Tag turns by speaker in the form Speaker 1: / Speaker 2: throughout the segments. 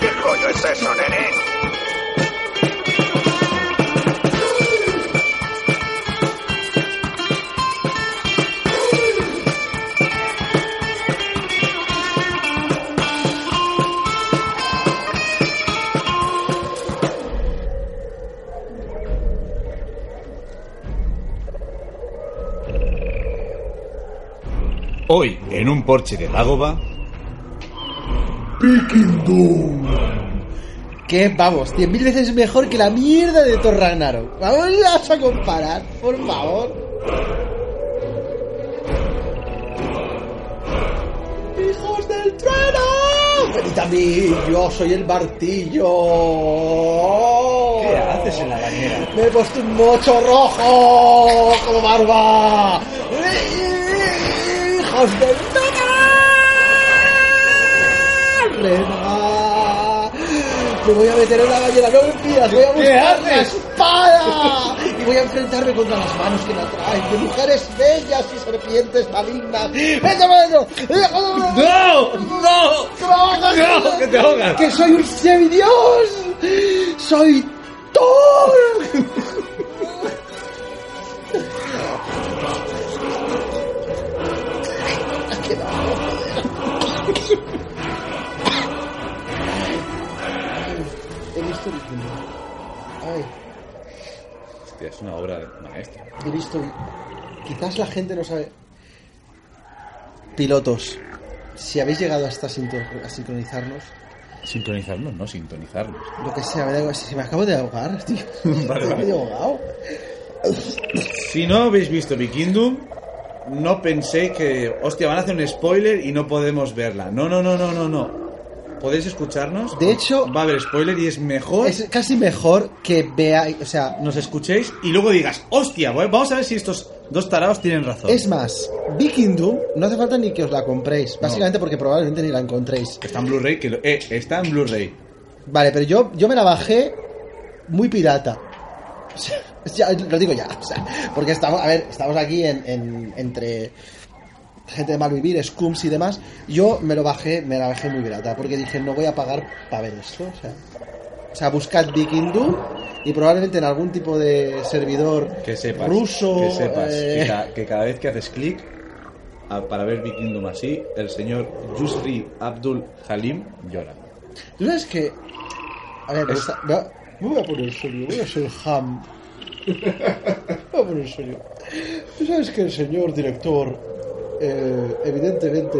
Speaker 1: ¿Qué coño es eso, nene?
Speaker 2: Hoy, en un porche de Dagoba,
Speaker 3: ¡Qué vamos! 100.000 veces mejor que la mierda de Thor Ragnarok. Vamos vamos a comparar, por favor. ¡Hijos del trueno! ¡Venid a mí! ¡Yo soy el martillo!
Speaker 4: ¿Qué haces en la bañera?
Speaker 3: ¡Me he puesto un mocho rojo como barba! ¡Hijos del trueno! ¡Rena! ¡Me voy a meter en la bañera! ¡No me pidas! ¡Voy a buscar la espada! ¡Y voy a enfrentarme contra las manos que me atraen! ¡De mujeres bellas y serpientes malignas! ¡Vete, maestro!
Speaker 2: ¡No! ¡No! ¡No! ¡Que te ahogas!
Speaker 3: ¡Que soy un semidios! ¡Soy Thor! He visto el último. Ay,
Speaker 2: Hostia, es una obra maestra.
Speaker 3: he visto. Quizás la gente no sabe. Pilotos, si habéis llegado hasta sinto- a sincronizarnos,
Speaker 2: Sintonizarnos, no sintonizarnos.
Speaker 3: lo que sea, me da igual, si me acabo de ahogar, tío.
Speaker 2: Vale,
Speaker 3: Me he
Speaker 2: vale.
Speaker 3: ahogado.
Speaker 2: Si no habéis visto Vikingdom, no penséis que, hostia, van a hacer un spoiler y no podemos verla. No, no, no, no, no, no. ¿Podéis escucharnos?
Speaker 3: De hecho-
Speaker 2: va a haber spoiler y es mejor.
Speaker 3: Es casi mejor que veáis, o sea,
Speaker 2: Nos escuchéis y luego digas, hostia, voy- vamos a ver si estos dos tarados tienen razón.
Speaker 3: Es más, Viking Doom no hace falta ni que os la compréis, básicamente porque probablemente ni la encontréis.
Speaker 2: Está en Blu-ray, que lo- eh, está en Blu-ray.
Speaker 3: Vale, pero yo, yo me la bajé muy pirata. O sea, ya, lo digo ya, o sea, porque estamos, a ver, estamos aquí en, en- entre gente de mal vivir, scums y demás. Yo me lo bajé, me la bajé muy pirata, porque dije, no voy a pagar para ver esto. O sea, o sea buscad Viking Doom y probablemente en algún tipo de servidor
Speaker 2: Que sepas.
Speaker 3: ruso.
Speaker 2: Que sepas.
Speaker 3: eh,
Speaker 2: Que, ca- que cada vez que haces clic a- para ver Vikingdom así, el señor Yusri Abdul Halim llora.
Speaker 3: ¿Tú sabes que.? A ver, me gusta- me va- me voy a poner serio, voy a ser ham. Me voy a poner serio. ¿Tú sabes que el señor director, eh, evidentemente.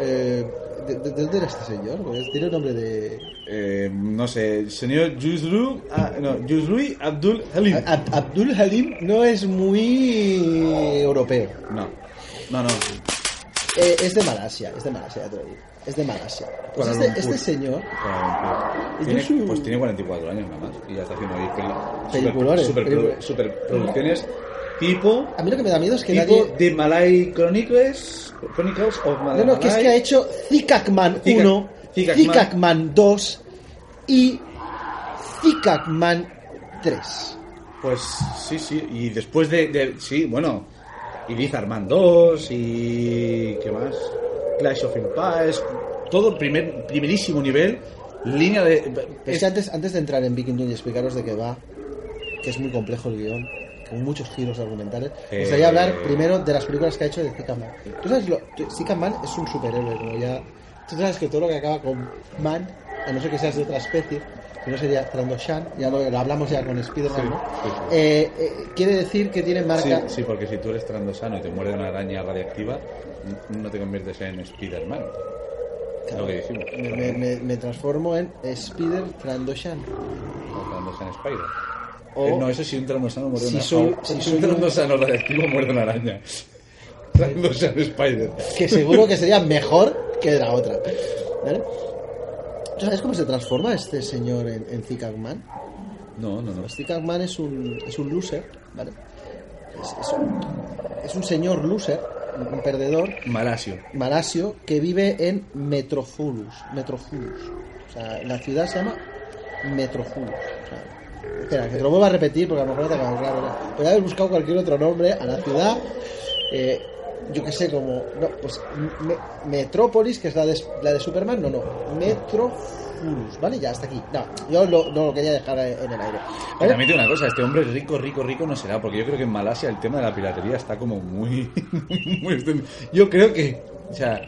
Speaker 3: eh, de, de- de dónde era este señor? Pues tiene el nombre de.
Speaker 2: Eh, no sé, el señor Yusru, ah, no, Yusri Abdul Halim.
Speaker 3: A- Ab- Abdul Halim no es muy europeo.
Speaker 2: No, no, no.
Speaker 3: Eh, es de Malasia, es de Malasia, ya te lo digo. Es de Malasia. Pues
Speaker 2: Kuala
Speaker 3: este,
Speaker 2: Lumpur.
Speaker 3: este
Speaker 2: Eh,
Speaker 3: señor, Yo soy-
Speaker 2: Tiene, pues tiene 44 años nada más y ya está haciendo ahí
Speaker 3: Peliculones,
Speaker 2: peli- super- superprodu-
Speaker 3: peliculones.
Speaker 2: superproducciones tipo
Speaker 3: a mí lo que me da miedo es que
Speaker 2: tipo
Speaker 3: nadie.
Speaker 2: The Malay Chronicles Chronicles of
Speaker 3: No,
Speaker 2: Malay
Speaker 3: no, que es que ha hecho Zikakman
Speaker 2: Zikak-
Speaker 3: 1,
Speaker 2: Zikakman.
Speaker 3: Zikakman 2 y Zikakman 3.
Speaker 2: Pues sí, sí. Y después de. de- sí, bueno. Y Lizarman 2 y. ¿Qué más? Clash of Empires. Todo primer, primerísimo nivel. Línea de.
Speaker 3: Es que antes, antes de entrar en Viking Doom y explicaros de qué va, que es muy complejo el guión, con muchos giros argumentales, me
Speaker 2: Eh.
Speaker 3: gustaría hablar primero de las películas que ha hecho de Zikakman. Tú sabes, lo, tú- Zikakman es un superhéroe, como ya. Tú sabes que todo lo que acaba con man, a no ser que seas de otra especie, que no sería Trandoshan, ya lo, lo hablamos ya con Spider-Man,
Speaker 2: Sí,
Speaker 3: ¿no?
Speaker 2: sí, sí.
Speaker 3: Eh, eh, quiere decir que tiene marca.
Speaker 2: sí, sí, porque si tú eres trandosano y te muerde una araña radiactiva, n- no te conviertes en Spider-Man. Es lo que dijimos.
Speaker 3: Me, me- me- me transformo en Spider Trandoshan.
Speaker 2: O Trandosano Spider.
Speaker 3: O-
Speaker 2: Eh, no, eso sí, un trandosano muerde
Speaker 3: Si
Speaker 2: una
Speaker 3: soy-
Speaker 2: o-
Speaker 3: si
Speaker 2: un
Speaker 3: soy un-
Speaker 2: trandosano radiactivo muerde una araña. Trandosano Spider.
Speaker 3: Que seguro que sería mejor que de la otra. ¿Vale? ¿Tú sabes cómo se transforma este señor en, en Zikagman?
Speaker 2: No, no, no.
Speaker 3: Pues Zikagman es un, es un loser, ¿vale? Es, es un, es un señor loser, un un perdedor,
Speaker 2: Malasio.
Speaker 3: malasio, que vive en Metrofulus. Metrofulus. O sea, la ciudad se llama Metrofulus. O sea, espera, que te lo vuelva a repetir porque a lo mejor no te acabas claro. ¿no? Podría haber buscado cualquier otro nombre a la ciudad. eh, yo qué sé, como. No, pues. Me- Metrópolis, que es la de, la de Superman. No, no. Metrofulus, ¿vale? Ya, hasta aquí. No, yo lo- no lo quería dejar en el aire.
Speaker 2: Y
Speaker 3: ¿Vale?
Speaker 2: También te digo una cosa, este hombre rico, rico, rico no será, porque yo creo que en Malasia el tema de la piratería está como muy... muy extendido. yo creo que, o sea,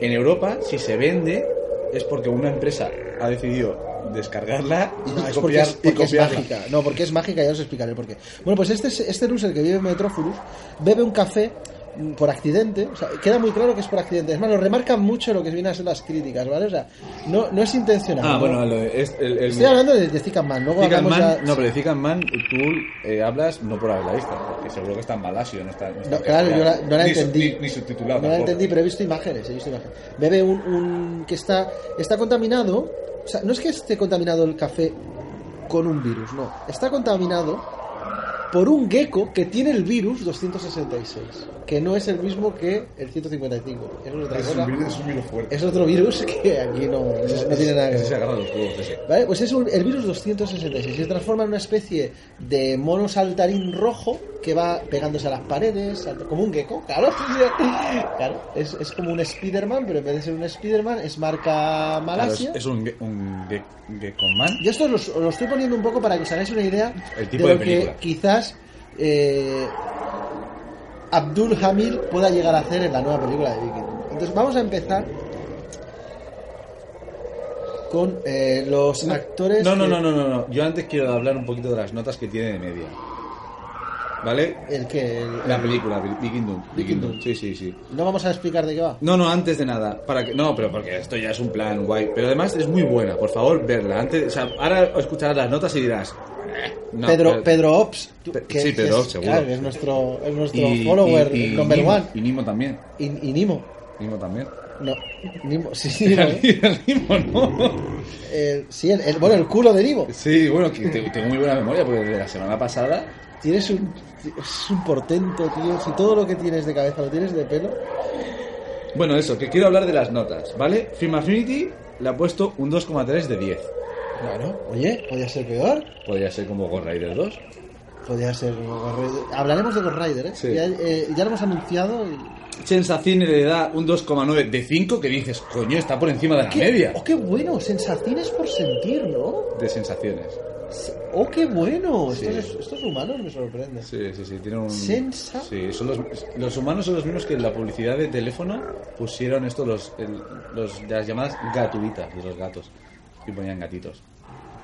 Speaker 2: en Europa si se vende es porque una empresa ha decidido descargarla y
Speaker 3: No, Ah, es porque,
Speaker 2: copiar,
Speaker 3: es, porque
Speaker 2: y
Speaker 3: es
Speaker 2: copiarla.
Speaker 3: mágica. No, porque es mágica, ya os explicaré por qué. Bueno, pues este, este loser que vive en Metrófulus bebe un café mm, por accidente, o sea, queda muy claro que es por accidente. Es más, lo remarcan mucho lo que vienen a ser las críticas, ¿vale? O sea, no, no es intencional.
Speaker 2: Ah,
Speaker 3: ¿no?
Speaker 2: bueno, lo- es el... el-
Speaker 3: Estoy hablando de, de Zika Man, luego
Speaker 2: Zickan
Speaker 3: hablamos
Speaker 2: Man-
Speaker 3: ya-
Speaker 2: no, pero de Zickan Man tú eh, hablas no por haberla visto, porque seguro que está en malasio, no está... no está
Speaker 3: No,
Speaker 2: en
Speaker 3: claro, yo la-
Speaker 2: castellano.
Speaker 3: no la
Speaker 2: Ni su-
Speaker 3: entendí.
Speaker 2: Ni, ni subtitulado
Speaker 3: No la
Speaker 2: tampoco.
Speaker 3: entendí, pero he visto imágenes, he visto imágenes. Bebe un, un que está, está contaminado. O sea, no es que esté contaminado el café con un virus, no. Está contaminado por un gecko que tiene el virus 266, que no es el mismo que el 155. Es otra
Speaker 5: Es
Speaker 3: cosa.
Speaker 5: un virus, es un virus fuerte.
Speaker 3: Es otro virus que aquí no, no- no tiene nada que
Speaker 2: Ese se
Speaker 3: ver.
Speaker 2: agarra los huevos, ese.
Speaker 3: ¿Vale? Pues es un- el virus 266 y se transforma en una especie de mono saltarín rojo que va pegándose a las paredes, salta- como un gecko, claro. claro es, es como un Spider-Man, pero en vez de ser un Spider-Man es marca
Speaker 2: Claro,
Speaker 3: Malasia.
Speaker 2: es, es un, ge- un ge- Gecko Man.
Speaker 3: Yo esto los- os lo estoy poniendo un poco para que os hagáis una idea
Speaker 2: El tipo de
Speaker 3: lo que
Speaker 2: película.
Speaker 3: quizás eh, Abdul Hamil pueda llegar a hacer en la nueva película de Viking. Entonces vamos a empezar con eh, los actores.
Speaker 2: No, no,
Speaker 3: que-
Speaker 2: no, no, no, no. Yo antes quiero hablar un poquito de las notas que tiene de media. ¿Vale?
Speaker 3: El que el-
Speaker 2: La película, Vi- Viking Doom. Viking Doom. Sí, sí, sí.
Speaker 3: no vamos a explicar de qué va.
Speaker 2: No, no, antes de nada. Para que, no, pero porque esto ya es un plan guay. Pero además es muy buena, por favor, verla. Antes, o sea, ahora escucharás las notas y dirás. "Eh, no,
Speaker 3: Pedro,
Speaker 2: pero-".
Speaker 3: Pedro Ops, tú-
Speaker 2: Pe-
Speaker 3: que
Speaker 2: sí,
Speaker 3: es-
Speaker 2: Pedro
Speaker 3: es-
Speaker 2: Ops, seguro.
Speaker 3: claro, es nuestro, es nuestro
Speaker 2: Y-
Speaker 3: follower
Speaker 2: y- y
Speaker 3: number
Speaker 2: Nimo-
Speaker 3: one.
Speaker 2: Y Nimo también.
Speaker 3: Y, y Nimo.
Speaker 2: Nimo también.
Speaker 3: No, Nimo, sí, sí, Nimo, ¿eh?
Speaker 2: El Nimo, ¿no?
Speaker 3: El- sí, el- el- bueno, el culo de Nimo.
Speaker 2: Sí, bueno, que te- tengo muy buena memoria porque desde la semana pasada
Speaker 3: Tienes un, es un portento, tío. Si todo lo que tienes de cabeza lo tienes de pelo,
Speaker 2: Bueno, eso, que quiero hablar de las notas, ¿vale? Film Affinity le ha puesto un 2,3 de 10.
Speaker 3: bueno, oye, podía ser peor.
Speaker 2: Podría ser como Ghost Rider 2.
Speaker 3: Podía ser. Hablaremos de los Riders, ¿eh?
Speaker 2: Sí.
Speaker 3: Ya, eh, ya lo hemos anunciado. y-
Speaker 2: Sensacine le da un 2,9 de 5, que dices, coño, está por encima de la
Speaker 3: ¿Qué,
Speaker 2: media.
Speaker 3: ¡Oh, qué bueno! Sensaciones por sentir, ¿no?
Speaker 2: De sensaciones.
Speaker 3: ¡Oh, qué bueno!
Speaker 2: Sí.
Speaker 3: Estos, estos humanos me sorprenden.
Speaker 2: Sí, sí, sí, tiene un...
Speaker 3: Sensa-
Speaker 2: Sí, son los, los humanos son los mismos que en la publicidad de teléfono pusieron esto, los, el- los- las llamadas gatulitas de los gatos. Y ponían gatitos.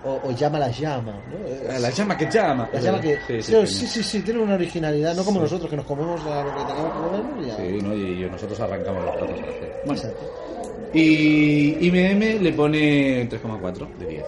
Speaker 3: O, o llama la llama, ¿no?
Speaker 2: Ah, La llama que llama.
Speaker 3: La llama que... Sí,
Speaker 2: Sí,
Speaker 3: sí,
Speaker 2: sí,
Speaker 3: sí,
Speaker 2: sí.
Speaker 3: tiene una originalidad, no como nosotros que nos comemos la- lo que tengamos que comer y ya.
Speaker 2: Sí, ¿no? y, y nosotros arrancamos los platos. para hacer. Bueno,
Speaker 3: Exacto.
Speaker 2: Y IMM le pone 3,4 de 10.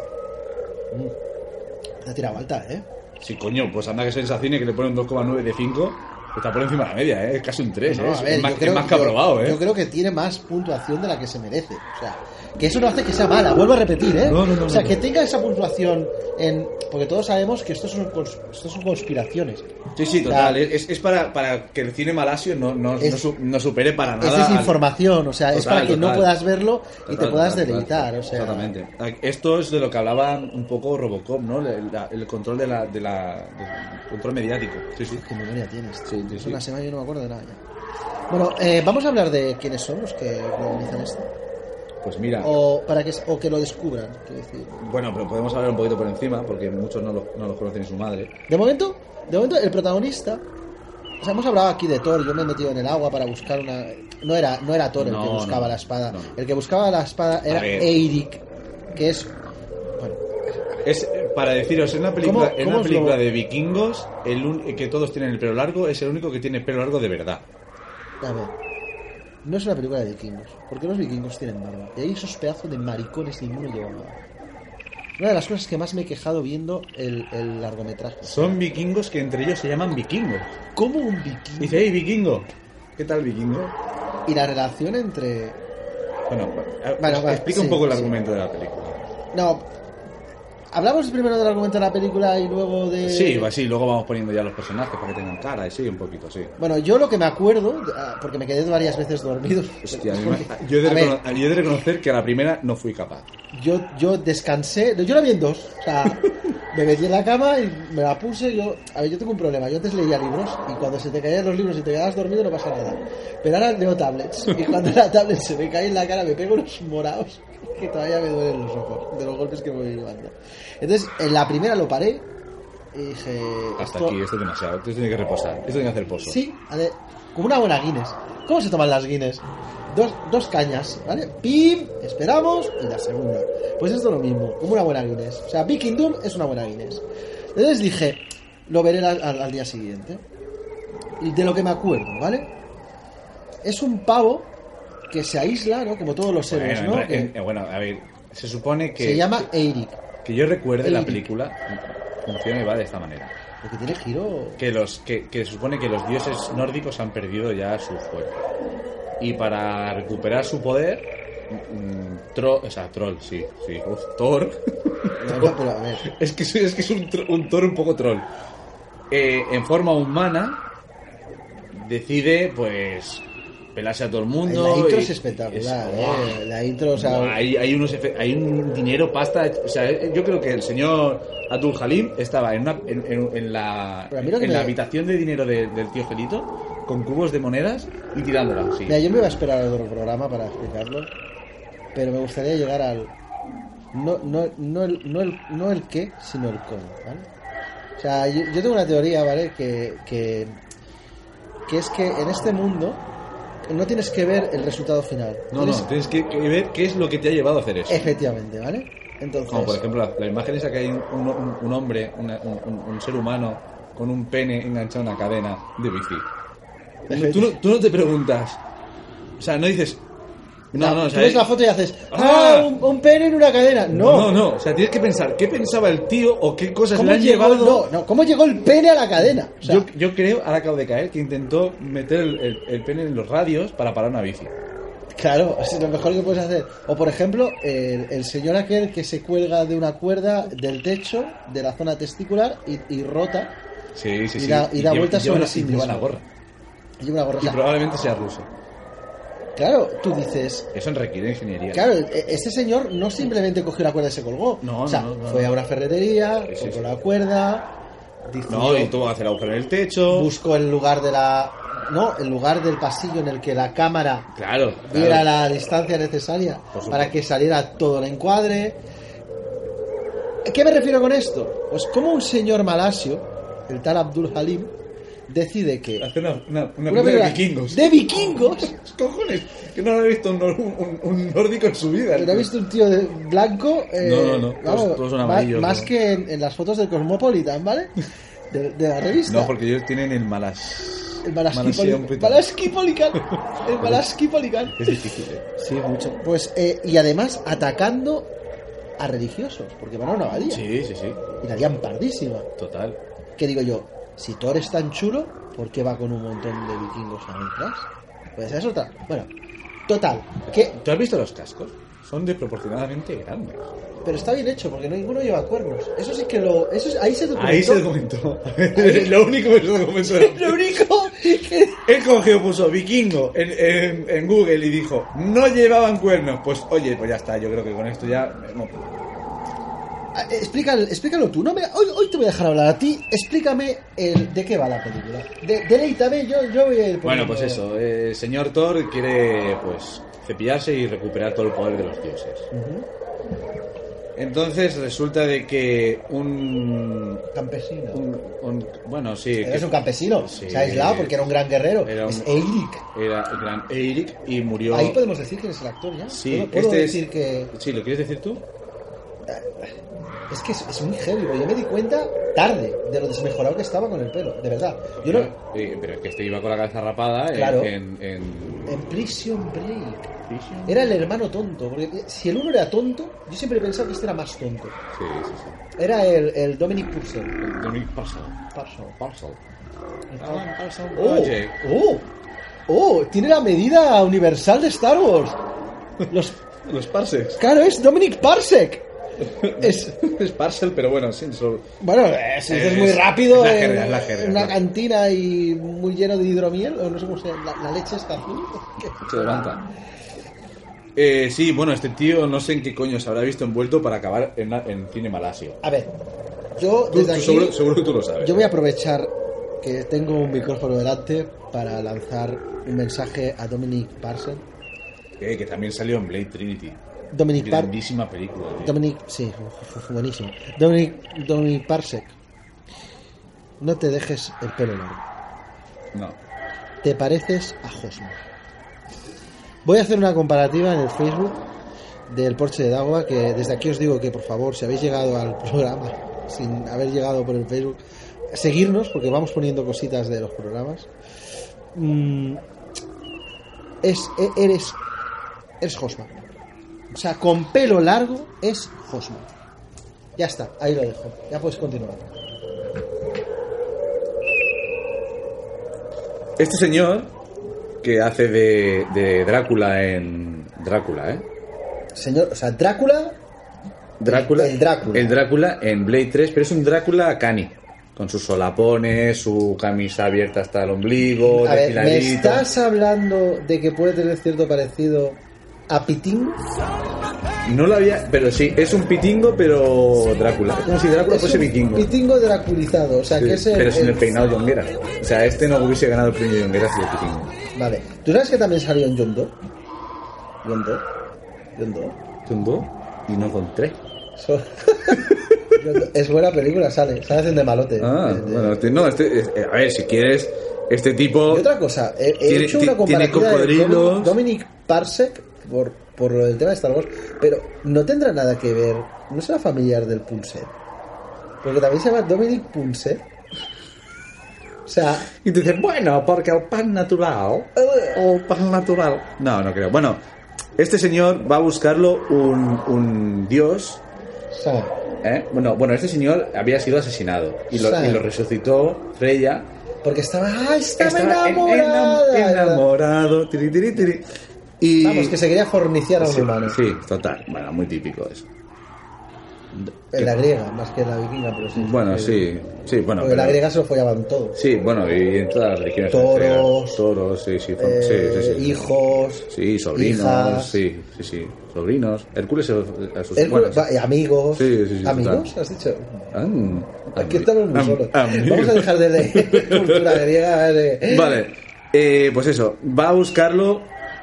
Speaker 3: Te ha tirado alta, ¿eh?
Speaker 2: Sí, coño, pues anda que Sensacine que le pone un 2,9 de 5. Está por encima de la media, ¿eh? es casi un 3.
Speaker 3: No,
Speaker 2: ¿eh?
Speaker 3: a ver,
Speaker 2: es, más,
Speaker 3: yo creo,
Speaker 2: es más que
Speaker 3: yo-
Speaker 2: aprobado, ¿eh?
Speaker 3: Yo creo que tiene más puntuación de la que se merece. O sea, que eso no hace que sea mala, vuelvo a repetir, ¿eh?
Speaker 2: No, no, no,
Speaker 3: o sea,
Speaker 2: no.
Speaker 3: que tenga esa puntuación en... Porque todos sabemos que estos son, cons- estos son conspiraciones.
Speaker 2: Sí, sí,
Speaker 3: total,
Speaker 2: total. Es, es para, para que el cine malasio no, no,
Speaker 3: Es-
Speaker 2: no, su- no supere para nada.
Speaker 3: Es
Speaker 2: al-
Speaker 3: desinformación, o sea, es
Speaker 2: Total,
Speaker 3: para que no
Speaker 2: total.
Speaker 3: puedas verlo y te
Speaker 2: Total,
Speaker 3: puedas
Speaker 2: total,
Speaker 3: deleitar,
Speaker 2: total.
Speaker 3: o sea...
Speaker 2: Exactamente. Esto es de lo que hablaba un poco Robocop, ¿no? El, la- el control de la, de la- del control mediático. Sí, sí.
Speaker 3: Qué memoria tienes.
Speaker 2: Sí, sí,
Speaker 3: Es
Speaker 2: sí.
Speaker 3: una semana y yo no me acuerdo de nada ya. Bueno, eh, vamos a hablar de quiénes son los que organizan esto.
Speaker 2: Pues mira.
Speaker 3: O, para que, o que lo descubran, quiero decir.
Speaker 2: Bueno, pero podemos hablar un poquito por encima, porque muchos no los no lo conocen y su madre.
Speaker 3: De momento, de momento el protagonista... O sea, hemos hablado aquí de Thor, yo me he metido en el agua para buscar una... No era, no era Thor el que
Speaker 2: No,
Speaker 3: buscaba
Speaker 2: no,
Speaker 3: la espada.
Speaker 2: no.
Speaker 3: El que buscaba la espada era
Speaker 2: ver.
Speaker 3: Eirik, que es... Bueno,
Speaker 2: Es, para deciros, en una película,
Speaker 3: ¿Cómo-
Speaker 2: en
Speaker 3: cómo
Speaker 2: una
Speaker 3: os
Speaker 2: película
Speaker 3: lo-
Speaker 2: de vikingos, el un- que todos tienen el pelo largo, es el único que tiene pelo largo de verdad.
Speaker 3: a ver. No es una película de vikingos, porque los vikingos tienen barba. Y ahí esos pedazos de maricones ninguno lleva barba. Una de las cosas que más me he quejado viendo el, el largometraje.
Speaker 2: Son vikingos que entre ellos se llaman vikingos.
Speaker 3: ¿Cómo un vikingo?
Speaker 2: Dice, hey, vikingo. ¿Qué tal, vikingo?
Speaker 3: Y la relación entre...
Speaker 2: Bueno, eh,
Speaker 3: Bueno, va,
Speaker 2: explica un
Speaker 3: sí,
Speaker 2: poco el
Speaker 3: sí.
Speaker 2: argumento de la película.
Speaker 3: No. Hablamos primero del argumento de la película y luego de.
Speaker 2: Sí, así, luego vamos poniendo ya los personajes para que tengan cara y sí, un poquito, sí.
Speaker 3: Bueno, yo lo que me acuerdo, ah, porque me quedé varias veces dormido.
Speaker 2: Hostia, a mí
Speaker 3: porque-
Speaker 2: me- yo, he de
Speaker 3: a ver,
Speaker 2: recono- yo he de reconocer que a la primera no fui capaz.
Speaker 3: yo, yo descansé, no, yo la vi en dos. O sea, me metí en la cama y me la puse. Yo, a ver, yo tengo un problema. Yo antes leía libros y cuando se te caían los libros y te quedabas dormido no pasa nada. Pero ahora leo tablets y cuando la tablet se me cae en la cara me pego unos morados que todavía me duelen los ojos de los golpes que me voy llevando. Entonces, en la primera lo paré y dije.
Speaker 2: Hasta
Speaker 3: esto-
Speaker 2: aquí, esto es demasiado. Esto tiene que reposar. Esto tiene que hacer pozo. Eh,
Speaker 3: Sí, a ver, como una buena Guinness. ¿Cómo se toman las Guinness? Dos, dos cañas, ¿vale? Pim, esperamos y la segunda. Pues esto es lo mismo, como una buena Guinness. O sea, Viking Doom es una buena Guinness. Entonces dije, lo veré al, al- al día siguiente. Y de lo que me acuerdo, ¿vale? Es un pavo que se aísla, ¿no? Como todos los
Speaker 2: Bueno,
Speaker 3: seres,
Speaker 2: en
Speaker 3: pues, ¿no?
Speaker 2: re-
Speaker 3: Que
Speaker 2: en- bueno, a ver, se supone que.
Speaker 3: se llama Eirik.
Speaker 2: Que yo recuerde la
Speaker 3: Eric.
Speaker 2: película funciona y va de esta manera.
Speaker 3: Porque tiene giro.
Speaker 2: Que los que, que se supone que los dioses nórdicos han perdido ya su fuerza. Y para recuperar su poder, mm, tro- o sea, troll, sí, sí, uf, Thor.
Speaker 3: No, no, pero a ver.
Speaker 2: es que soy- es que es un, tro- un Thor un poco troll. Eh, en forma humana decide pues pelarse a todo el mundo.
Speaker 3: La intro
Speaker 2: y-
Speaker 3: es espectacular,
Speaker 2: es-
Speaker 3: ¿eh? La intro, o sea.
Speaker 2: Buah, hay, hay unos efe- hay un dinero, pasta. O sea, eh, yo creo que el señor Atul Halim estaba en, una- en, en- en la,
Speaker 3: Pero a mí lo que
Speaker 2: en
Speaker 3: me-
Speaker 2: la habitación de dinero de- del tío Felito con cubos de monedas y tirándola. Sí.
Speaker 3: Mira, yo me iba a esperar a otro programa para explicarlo, pero me gustaría llegar al. No, no, no, el, no, el, no el qué, sino el cómo, ¿vale? O sea, yo, yo tengo una teoría, ¿vale? Que, que, que es que en este mundo no tienes que ver el resultado final.
Speaker 2: No,
Speaker 3: Tienes-
Speaker 2: no, tienes que, que ver qué es lo que te ha llevado a hacer eso.
Speaker 3: Efectivamente, ¿vale? Entonces.
Speaker 2: Como por ejemplo, la, la imagen esa que hay un, un- un hombre, una- un, un- un ser humano con un pene enganchado a una cadena de bici. No, Tú no, tú no te preguntas. O sea, no dices. No, no, o
Speaker 3: tú
Speaker 2: sea,
Speaker 3: ves la foto y haces. ¡Ah!
Speaker 2: ¡Ah!
Speaker 3: Un, un pene en una cadena.
Speaker 2: No,
Speaker 3: No,
Speaker 2: no, o sea, tienes que pensar qué pensaba el tío o qué cosas
Speaker 3: ¿Cómo
Speaker 2: le han
Speaker 3: llegó,
Speaker 2: llevado.
Speaker 3: no, no, ¿Cómo llegó el pene a la cadena? O sea,
Speaker 2: yo, yo creo, ahora acabo de caer, que intentó meter el, el- el pene en los radios para parar una bici.
Speaker 3: Claro, es lo mejor que puedes hacer. O por ejemplo, el, el señor aquel que se cuelga de una cuerda del techo, de la zona testicular, y, y rota,
Speaker 2: Sí, sí,
Speaker 3: Y da- y da
Speaker 2: lleva-
Speaker 3: vueltas
Speaker 2: lleva
Speaker 3: sobre
Speaker 2: la-
Speaker 3: sí
Speaker 2: y lleva
Speaker 3: mismo.
Speaker 2: la gorra.
Speaker 3: y lleva una gorra. O
Speaker 2: Y
Speaker 3: sea,
Speaker 2: probablemente sea ruso.
Speaker 3: claro, tú dices,
Speaker 2: Eso requiere ingeniería.
Speaker 3: claro, e- este señor no simplemente cogió la cuerda y se colgó.
Speaker 2: No,
Speaker 3: o sea,
Speaker 2: no, no,
Speaker 3: fue
Speaker 2: no.
Speaker 3: a una ferretería,
Speaker 2: Sí, sí,
Speaker 3: compró
Speaker 2: sí.
Speaker 3: la cuerda,
Speaker 2: No,
Speaker 3: decidió-
Speaker 2: y tuvo que hacer agujero en el techo.
Speaker 3: buscó el lugar de la, no, el lugar del pasillo en el que la cámara
Speaker 2: Claro, claro.
Speaker 3: diera la distancia necesaria
Speaker 2: supuesto.
Speaker 3: para que saliera todo el encuadre. ¿Qué me refiero con esto? Pues como un señor malasio, el tal Abdul Halim, decide que...
Speaker 2: Hacer una, una, una película
Speaker 3: una película
Speaker 2: de vikingos.
Speaker 3: De vikingos.
Speaker 2: cojones? Que no lo he visto un, nor- un- un nórdico en su vida.
Speaker 3: ¿No has visto un tío de blanco? eh,
Speaker 2: No, no, no, todos-
Speaker 3: vamos,
Speaker 2: todos son
Speaker 3: ma-
Speaker 2: amarillos,
Speaker 3: Más
Speaker 2: ¿no?
Speaker 3: que en, en las fotos del Cosmopolitan, ¿vale? De, de la revista.
Speaker 2: No, porque ellos tienen el malas.
Speaker 3: El
Speaker 2: Malasia un
Speaker 3: Malaski
Speaker 2: poquito.
Speaker 3: Malaski Polican. El Malaski Polican.
Speaker 2: Es difícil, eh.
Speaker 3: Sí, mucho. Pues, eh, y además atacando a religiosos, porque van a una abadía.
Speaker 2: Sí, sí, sí.
Speaker 3: Y la lían pardísima.
Speaker 2: Total.
Speaker 3: Que digo yo, si Thor es tan chulo, ¿por qué va con un montón de vikingos a atrás? Pues esa es otra. Bueno, total. Que,
Speaker 2: ¿Tú has visto los cascos? Son desproporcionadamente grandes.
Speaker 3: pero está bien hecho, porque ninguno lleva cuernos. Eso sí que lo. Eso es- ahí se documentó.
Speaker 2: Ahí se documentó. Lo único que se documentó.
Speaker 3: Lo único que.
Speaker 2: Él cogió, puso vikingo en, en- en Google y dijo, no llevaban cuernos. Pues oye, pues ya está, yo creo que con esto ya... hemos-
Speaker 3: Ah, Explícalo, explícalo tú. No me, hoy, hoy te voy a dejar hablar a ti. Explícame el, de qué va la película. De, deleítame, yo, yo voy a ir
Speaker 2: Bueno,
Speaker 3: poniendo-
Speaker 2: pues eso, eh, el señor Thor quiere pues cepillarse y recuperar todo el poder de los dioses.
Speaker 3: Ujú.
Speaker 2: Entonces resulta de que un...
Speaker 3: Campesino.
Speaker 2: un- un- bueno, sí...
Speaker 3: Pero
Speaker 2: que-
Speaker 3: es un campesino,
Speaker 2: Sí.
Speaker 3: se ha aislado porque era un gran guerrero.
Speaker 2: Era un-
Speaker 3: Es Eirik.
Speaker 2: Era el gran Eric y murió...
Speaker 3: Ahí podemos decir quién es el actor ya.
Speaker 2: Sí,
Speaker 3: puedo puedo
Speaker 2: este es-
Speaker 3: decir que.
Speaker 2: Sí, ¿lo quieres decir tú?
Speaker 3: Es que es, es muy heavy, porque yo me di cuenta tarde de lo desmejorado que estaba con el pelo, de verdad. Yo no.
Speaker 2: Eh, pero es que este iba con la cabeza rapada en-
Speaker 3: Claro.
Speaker 2: en- en,
Speaker 3: En Prison Break. Era el hermano tonto, porque si el uno era tonto, yo siempre he pensado que este era más tonto.
Speaker 2: Sí, sí, sí.
Speaker 3: Era el, el Dominic Purcell.
Speaker 2: El Dominic Parcel.
Speaker 3: Purcell.
Speaker 2: Parcel.
Speaker 3: Ah,
Speaker 2: Parcel
Speaker 3: ¡Oh! ¡Oh! ¡Oh! Tiene la medida universal de Star Wars. Los,
Speaker 2: Los parsecs.
Speaker 3: claro, es Dominic Parsec. Es,
Speaker 2: Es parcel, pero bueno, sí. so-
Speaker 3: bueno, es, es
Speaker 2: Es-
Speaker 3: muy rápido
Speaker 2: es la
Speaker 3: en-
Speaker 2: jerga, es la jerga,
Speaker 3: en una
Speaker 2: claro.
Speaker 3: cantina y muy lleno de hidromiel, o no sé cómo se llama, la, la leche está azul.
Speaker 6: Se levanta.
Speaker 2: Eh, sí, bueno, este tío no sé en qué coño se habrá visto envuelto para acabar en, una- en cine malasio.
Speaker 3: A ver, yo
Speaker 2: Tú- tú
Speaker 3: desde aquí...
Speaker 2: seguro, seguro que tú lo sabes.
Speaker 3: Yo voy a aprovechar que tengo un micrófono delante para lanzar un mensaje a Dominic Parsons.
Speaker 2: Eh, que también salió en Blade Trinity.
Speaker 3: Dominic Par
Speaker 2: Grandísima película. tío.
Speaker 3: Dominic, sí, fu- fu- buenísimo. Dominic, Dominic Parsec. No te dejes el pelo largo.
Speaker 2: No.
Speaker 3: Te pareces a Josmo. Voy a hacer una comparativa en el Facebook del Porsche de Dagua, que desde aquí os digo que por favor, si habéis llegado al programa sin haber llegado por el Facebook, seguirnos porque vamos poniendo cositas de los programas. Mm, es, e- eres, eres Josma. O sea, con pelo largo es Josma. Ya está, ahí lo dejo. Ya puedes continuar.
Speaker 2: Este señor que hace de, de Drácula en. Drácula, ¿eh?
Speaker 3: Señor, o sea, Drácula
Speaker 2: Drácula.
Speaker 3: El- el Drácula.
Speaker 2: El Drácula en Blade 3, pero es un Drácula cani. Con sus solapones, su camisa abierta hasta el ombligo,
Speaker 3: A ver, ¿me
Speaker 2: depiladito.
Speaker 3: estás hablando de que puede tener cierto parecido a Pitín?
Speaker 2: No lo había. Pero sí, es un pitingo, pero Drácula. Es como si Drácula
Speaker 3: Es
Speaker 2: fuese
Speaker 3: un
Speaker 2: vikingo.
Speaker 3: Pitingo draculizado, o sea,
Speaker 2: Sí,
Speaker 3: que es el-
Speaker 2: pero sin
Speaker 3: el-
Speaker 2: el peinado de Jonguera. O sea, este no hubiese ganado el premio de Jonguera si el pitingo.
Speaker 3: Vale, ¿tú sabes que también salió en John Doe? John Doe. John Doe.
Speaker 2: Tumbó y no con tres.
Speaker 3: So- John Doe. Es buena película, sale, sale haciendo de malote.
Speaker 2: Ah,
Speaker 3: De- de-
Speaker 2: bueno, este- no, este, eh, a ver, si quieres, este
Speaker 3: Y
Speaker 2: tipo.
Speaker 3: otra cosa, he, he
Speaker 2: Tiene-
Speaker 3: hecho
Speaker 2: ti-
Speaker 3: una
Speaker 2: tiene
Speaker 3: comparativa de Dominic,
Speaker 2: cocodrilos.
Speaker 3: Dominic Parsec por, por lo del tema de Star Wars, pero no tendrá nada que ver, no será familiar del Punset, porque también se llama Dominic Punset. O sea,
Speaker 2: Y te dices, bueno, porque el pan natural. O pan natural. No, no creo. Bueno, este señor va a buscarlo un, un dios.
Speaker 3: o sea,
Speaker 2: ¿eh? Bueno, bueno, este señor había sido asesinado y lo,
Speaker 3: Sí.
Speaker 2: y lo resucitó Freya.
Speaker 3: porque estaba, ¡ah, estaba,
Speaker 2: Estaba en-
Speaker 3: enamorada!
Speaker 2: enam- enamorado. tiri, tiri, tiri. Y...
Speaker 3: Vamos, que se quería forniciar a un
Speaker 2: sí,
Speaker 3: humano.
Speaker 2: sí, total. Bueno, muy típico eso.
Speaker 3: En la griega, más que en la vikinga, pero sí.
Speaker 2: Bueno, sí. Sí, bueno.
Speaker 3: Porque en la
Speaker 2: pero-
Speaker 3: griega se lo follaban todos.
Speaker 2: Sí, bueno, y en todas las religiones.
Speaker 3: Toros.
Speaker 2: griegas. Toros, sí, sí. fam- sí, sí, sí.
Speaker 3: Eh, Hijos,
Speaker 2: Sí, sobrinos,
Speaker 3: hijas.
Speaker 2: sí, sí, sí, sobrinos. Hércules a a sus
Speaker 3: Hércules-
Speaker 2: Pues bueno,
Speaker 3: va- y amigos.
Speaker 2: Sí, sí, sí,
Speaker 3: ¿Amigos?
Speaker 2: total.
Speaker 3: ¿Has dicho?
Speaker 2: Ah,
Speaker 3: Aquí estamos muy
Speaker 2: am-
Speaker 3: solos.
Speaker 2: am-
Speaker 3: Vamos a dejar de leer cultura griega. de-
Speaker 2: Vale, eh, pues eso, va a buscarlo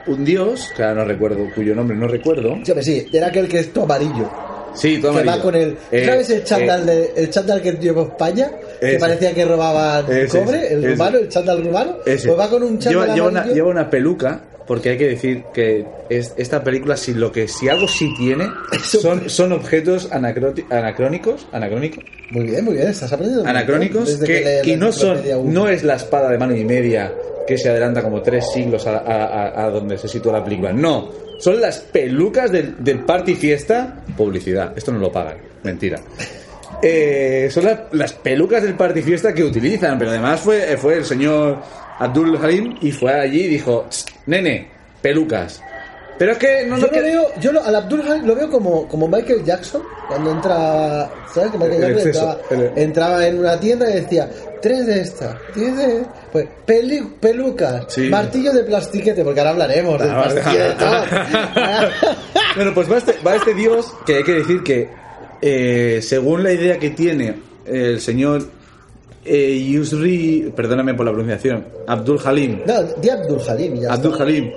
Speaker 2: un dios, que ahora no recuerdo, cuyo nombre no recuerdo.
Speaker 3: Sí, hombre, sí, era aquel que es todo amarillo.
Speaker 2: Sí, todo
Speaker 3: que va
Speaker 2: amarillo.
Speaker 3: con el. ¿tú
Speaker 2: Eh,
Speaker 3: ¿Sabes el chándal,
Speaker 2: eh,
Speaker 3: de- el chándal que llevó España? Que
Speaker 2: Ese.
Speaker 3: parecía que robaban
Speaker 2: Ese,
Speaker 3: cobre, el
Speaker 2: ese.
Speaker 3: rumano, el chándal rumano.
Speaker 2: ese.
Speaker 3: Pues va con un chándal
Speaker 2: lleva, lleva una,
Speaker 3: amarillo.
Speaker 2: lleva una peluca, porque hay que decir que es- esta película, si, lo que, si algo sí tiene, son, son objetos anacroti- anacrónicos, anacrónicos,
Speaker 3: Muy bien, muy bien, estás aprendiendo. un montón
Speaker 2: anacrónicos
Speaker 3: desde
Speaker 2: que,
Speaker 3: lees
Speaker 2: y
Speaker 3: la
Speaker 2: no son
Speaker 3: enciclopedia uno.
Speaker 2: no es la espada de mano y media que se adelanta como tres siglos a, a- a- a donde se sitúa la película no son las pelucas del, del party fiesta publicidad esto no lo pagan mentira Eh, son las, las pelucas del party fiesta que utilizan pero además fue, eh, fue el señor Abdul Halim y fue allí y dijo "Tss, nene pelucas pero es que no nos
Speaker 3: Yo lo
Speaker 2: que-
Speaker 3: veo, yo lo- al Abdul Hamid lo veo como, como Michael Jackson, cuando entra, ¿sabes? Que
Speaker 2: El
Speaker 3: Michael Jackson
Speaker 2: exceso,
Speaker 3: entraba,
Speaker 2: el-
Speaker 3: entraba en una tienda y decía, tres de estas, tres de pues, peli, pelucas,
Speaker 2: Sí.
Speaker 3: martillo de plastiquete, porque ahora hablaremos del
Speaker 2: Ahora-
Speaker 3: plastiquete. ¿no?
Speaker 2: Ah, bueno, pues va este, va este dios que hay que decir que, eh, según la idea que tiene el señor eh, Yusri, perdóname por la pronunciación, Abdul Halim,
Speaker 3: no, di Abdul Halim, ya
Speaker 2: Abdul
Speaker 3: está.
Speaker 2: Halim,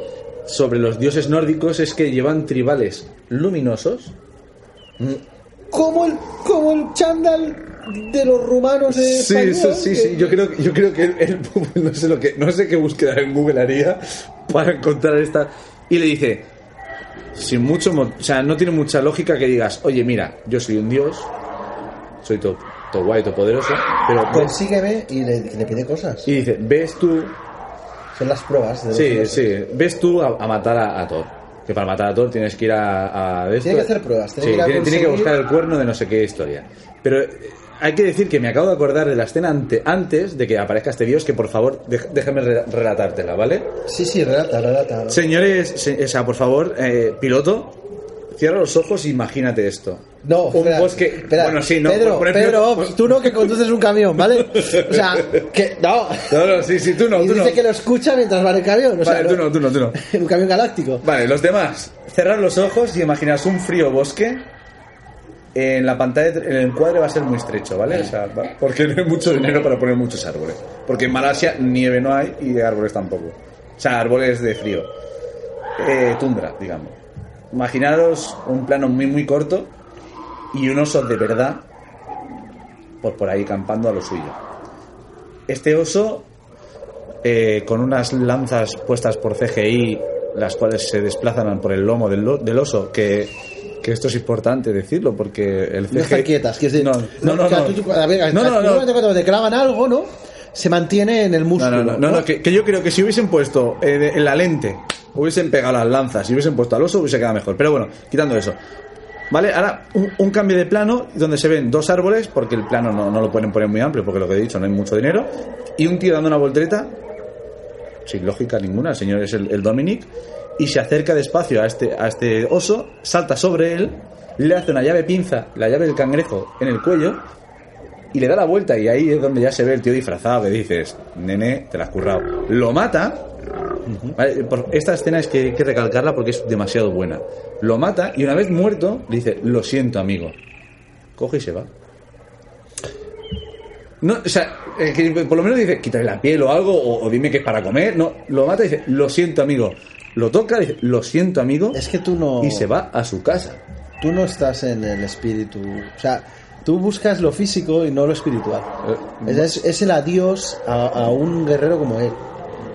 Speaker 2: sobre los dioses nórdicos es que llevan tribales luminosos.
Speaker 3: Como el, como el chándal de los rumanos de
Speaker 2: Sí, eso,
Speaker 3: español,
Speaker 2: sí,
Speaker 3: que-
Speaker 2: sí. Yo creo, que- yo creo que él, él no sé lo que, no sé qué búsqueda en Google haría para encontrar esta. Y le dice, sin mucho, mo- o sea, no tiene mucha lógica que digas, oye, mira, yo soy un dios, soy todo to guay, todo poderoso, pero
Speaker 3: Consígueme y le, le pide cosas.
Speaker 2: y dice, ves tú,
Speaker 3: Son las pruebas. De
Speaker 2: sí,
Speaker 3: los-
Speaker 2: sí, ves tú a, a matar a, a Thor. Que para matar a Thor tienes que ir a. a de
Speaker 3: Tiene
Speaker 2: esto.
Speaker 3: que hacer pruebas,
Speaker 2: Sí,
Speaker 3: tiene que
Speaker 2: tiene,
Speaker 3: ir a
Speaker 2: tiene que
Speaker 3: conseguir-
Speaker 2: buscar el cuerno de no sé qué historia. Pero eh, hay que decir que me acabo de acordar de la escena ante- antes de que aparezca este dios, que por favor, dej- déjame re- relatártela, ¿vale?
Speaker 3: Sí, sí, relata, relata.
Speaker 2: Señores, se- o sea, por favor, eh, piloto, cierra los ojos e imagínate esto.
Speaker 3: No,
Speaker 2: un
Speaker 3: espera,
Speaker 2: bosque.
Speaker 3: espera.
Speaker 2: Bueno, sí, no.
Speaker 3: Pedro,
Speaker 2: por- por-
Speaker 3: Pedro,
Speaker 2: por-
Speaker 3: tú no que conduces un camión, ¿vale? O sea, que. No.
Speaker 2: No, no, sí, sí, tú no,
Speaker 3: y
Speaker 2: tú
Speaker 3: dice
Speaker 2: no.
Speaker 3: que lo escucha mientras va en el camión. O sea,
Speaker 2: Vale, tú no, tú no, tú no.
Speaker 3: En un camión galáctico.
Speaker 2: Vale, los demás. Cerrar los ojos y imaginaos un frío bosque. En la pantalla, el encuadre va a ser muy estrecho, ¿vale? O sea, va- porque no hay mucho dinero para poner muchos árboles. Porque en Malasia nieve no hay y árboles tampoco. O sea, árboles de frío. Eh, tundra, digamos. Imaginaros un plano muy, muy corto y un oso de verdad por, por ahí campando a lo suyo. Este oso eh, con unas lanzas puestas por CGI, las cuales se desplazan por el lomo del, lo- del oso, que, que esto es importante decirlo, porque el CGI...
Speaker 3: No están quietas, quiero decir.
Speaker 2: No, no, no.
Speaker 3: o sea,
Speaker 2: no.
Speaker 3: tú- tú- a ver,
Speaker 2: No, no,
Speaker 3: tú
Speaker 2: no.
Speaker 3: normalmente cuando te clavan algo, ¿no? Se mantiene en el
Speaker 2: No,
Speaker 3: músculo.
Speaker 2: no, no, no, no, que, que yo creo que si hubiesen puesto eh, de- en la lente, hubiesen pegado las lanzas, si hubiesen puesto al oso, hubiese quedado mejor. Pero bueno, quitando eso. Vale, ahora un, un cambio de plano donde se ven dos árboles, porque el plano no, no lo pueden poner muy amplio, porque lo que he dicho, no hay mucho dinero, y un tío dando una voltereta, sin lógica ninguna, el señor es el, el Dominic, y se acerca despacio a este, a este oso, salta sobre él, le hace una llave pinza, la llave del cangrejo, en el cuello, y le da la vuelta y ahí es donde ya se ve el tío disfrazado que dices, nene, te la has currado. Lo mata. Vale, por- esta escena es que hay que recalcarla porque es demasiado buena. Lo mata y una vez muerto le dice, lo siento amigo. Coge y se va. No, o sea, eh, que por lo menos dice, quítale la piel o algo, o, o dime que es para comer. No, lo mata y dice, lo siento amigo. Lo toca y dice, lo siento amigo.
Speaker 3: Es que tú no.
Speaker 2: Y se va a su casa.
Speaker 3: Tú no estás en el espíritu. O sea, tú buscas lo físico y no lo espiritual.
Speaker 2: Eh,
Speaker 3: Es, es- es el adiós a, a un guerrero como él.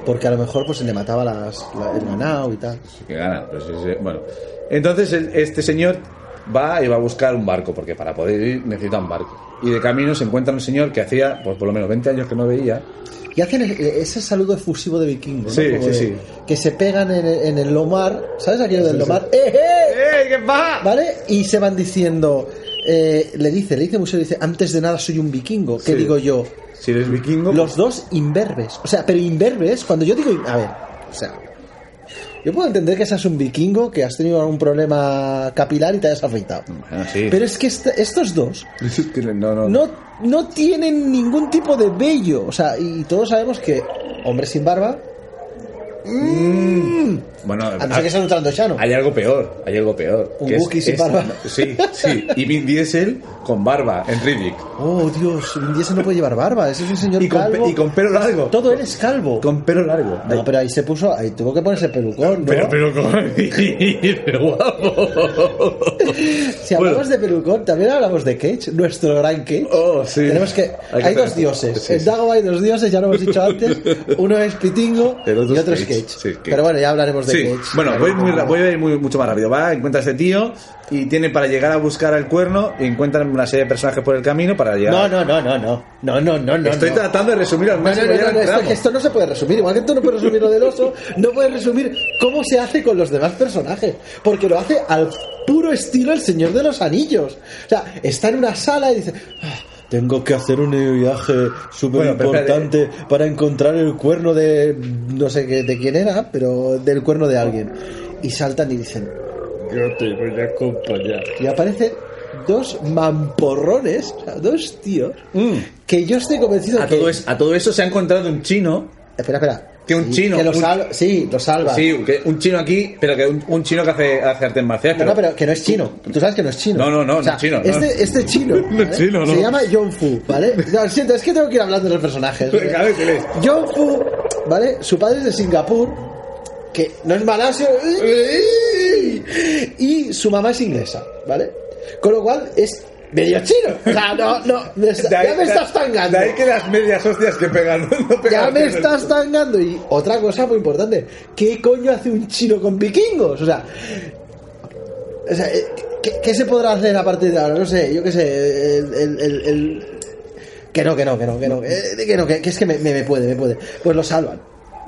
Speaker 3: Porque a lo mejor pues le mataba las, la- el ganado y tal.
Speaker 2: que gana. pues, sí, sí, bueno, entonces el- este señor va y va a buscar un barco, porque para poder ir necesita un barco. Y de camino se encuentra un señor que hacía, pues por lo menos 20 años que no veía.
Speaker 3: Y hacen e- ese saludo efusivo de vikingos. ¿no?
Speaker 2: Sí,
Speaker 3: Como
Speaker 2: sí,
Speaker 3: de-
Speaker 2: sí.
Speaker 3: Que se pegan en, el- en el lomar. ¿Sabes aquello del lomar? ¡Eh, eh!
Speaker 2: ¡Eh, qué pasa!
Speaker 3: ¿Vale? Y se van diciendo. eh, le dice, le dice Museo, le dice, antes de nada soy un vikingo. ¿Qué
Speaker 2: Sí.
Speaker 3: digo yo?
Speaker 2: Si eres vikingo,
Speaker 3: Los dos imberbes. O sea, pero imberbes, cuando yo digo. A ver, o sea. Yo puedo entender que seas un vikingo, que has tenido algún problema capilar y te hayas afeitado.
Speaker 2: Bueno, sí.
Speaker 3: Pero es que esta- estos dos
Speaker 2: no, no,
Speaker 3: no, no tienen ningún tipo de vello. O sea, y todos sabemos que hombre sin barba,
Speaker 2: Bueno, ah,
Speaker 3: a no ser que sea un trandoshano.
Speaker 2: hay algo peor, hay algo peor.
Speaker 3: Un
Speaker 2: que
Speaker 3: Wookiee sin barba.
Speaker 2: Sí, sí. Y Vin Diesel con barba en Riddick.
Speaker 3: Oh, Dios, un diese no puede llevar barba. Ese es un señor
Speaker 2: Y con,
Speaker 3: calvo.
Speaker 2: pe- y con pelo largo.
Speaker 3: Todo él es calvo.
Speaker 2: Con pelo largo.
Speaker 3: No, pero ahí se puso, ahí tuvo que ponerse pelucón, ¿no?
Speaker 2: Pero, pero, con- pero guapo.
Speaker 3: Si hablamos de pelucón, también hablamos de Cage, nuestro gran Cage.
Speaker 2: Oh, sí.
Speaker 3: Tenemos que.
Speaker 2: Hay
Speaker 3: Hay,
Speaker 2: que
Speaker 3: dos
Speaker 2: hacer-
Speaker 3: dioses. eh,
Speaker 2: sí,
Speaker 3: en
Speaker 2: sí.
Speaker 3: Dago hay dos dioses, ya lo hemos dicho antes. Uno es Pitingo
Speaker 2: El otro
Speaker 3: y
Speaker 2: es
Speaker 3: otro es
Speaker 2: Cage.
Speaker 3: Cage.
Speaker 2: Sí, Cage.
Speaker 3: Pero bueno, ya hablaremos de
Speaker 2: Sí,
Speaker 3: Cage.
Speaker 2: bueno, voy, muy, ra- voy a ir muy- mucho más rápido. Va, encuentra a este tío y tiene para llegar a buscar al cuerno y encuentran una serie de personajes por el camino para llegar.
Speaker 3: No, no, no, no, no. No, no, no, no.
Speaker 2: Estoy
Speaker 3: no.
Speaker 2: tratando de resumir al
Speaker 3: No, no,
Speaker 2: máximo.
Speaker 3: no,
Speaker 2: ya
Speaker 3: no, no, esto,
Speaker 2: entramos.
Speaker 3: esto no se puede resumir. Igual que tú no puedes resumir lo del oso, no puedes resumir cómo se hace con los demás personajes. Porque lo hace al puro estilo el Señor de los Anillos. O sea, está en una sala y dice. "Ah, Tengo que hacer un viaje súper
Speaker 2: Bueno, pero
Speaker 3: importante para encontrar el cuerno de. No sé qué- de quién era, pero del cuerno de alguien. Y saltan y dicen.
Speaker 7: Yo te voy a acompañar.
Speaker 3: Y aparecen dos mamporrones, o sea, dos tíos, que yo estoy convencido
Speaker 2: Mm. a,
Speaker 3: que.
Speaker 2: todo es- a todo eso se ha encontrado un chino.
Speaker 3: Espera, espera.
Speaker 2: Que un
Speaker 3: Sí,
Speaker 2: chino,
Speaker 3: Que lo
Speaker 2: un-
Speaker 3: salva. Sí, lo salva.
Speaker 2: Sí, que un chino aquí, pero que un, un chino que hace, hace artes marciales.
Speaker 3: No, no, pero que no es chino. Tú sabes que no es chino.
Speaker 2: No, no, no,
Speaker 3: O sea,
Speaker 2: no es chino, no.
Speaker 3: Este, este chino.
Speaker 2: No es
Speaker 3: ¿vale?
Speaker 2: chino, no.
Speaker 3: Se llama John Fu, ¿vale? No, lo siento, es que tengo que ir hablando de los personajes. ¿vale?
Speaker 2: Venga, a ver quién es.
Speaker 3: John Fu, ¿vale? Su padre es de Singapur, que no es malasio. Y su mamá es inglesa, ¿vale? Con lo cual es medio chino. O sea, no, no. me está-
Speaker 2: De ahí-
Speaker 3: ya me estás tangando.
Speaker 2: De ahí que las medias hostias que pegan. no pegan
Speaker 3: Ya me
Speaker 2: con el-
Speaker 3: estás tangando. Y otra cosa muy importante: ¿qué coño hace un chino con vikingos? O sea, o sea, eh, ¿qué, qué se podrá hacer a partir de ahora? No sé, yo qué sé. El, el- el- el- Que no, que no, que no, que no. eh, Que, no, que, que es que me, me- me puede, me puede. Pues lo salvan.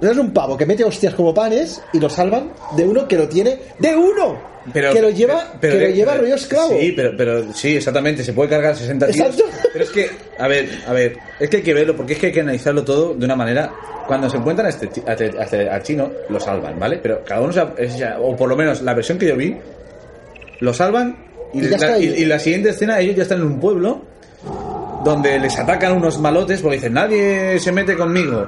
Speaker 3: Es un pavo que mete hostias como panes y lo salvan de uno que lo tiene. ¡De uno!
Speaker 2: Pero-
Speaker 3: que lo lleva,
Speaker 2: pero-
Speaker 3: que lo
Speaker 2: pero-
Speaker 3: lleva
Speaker 2: pero-
Speaker 3: rollo esclavo.
Speaker 2: Sí, pero, pero sí, exactamente, se puede cargar 60 tíos.
Speaker 3: Exacto.
Speaker 2: Pero es que, a ver, a ver, es que hay que verlo, porque es que hay que analizarlo todo de una manera. Cuando se encuentran a este, ti- a te- a este- al chino, lo salvan, ¿vale? Pero cada uno, se ha- es ya- o por lo menos la versión que yo vi, lo salvan y,
Speaker 3: Y ya
Speaker 2: la,
Speaker 3: está ahí.
Speaker 2: y- y la siguiente escena, ellos ya están en un pueblo donde les atacan unos malotes porque dicen, nadie se mete conmigo.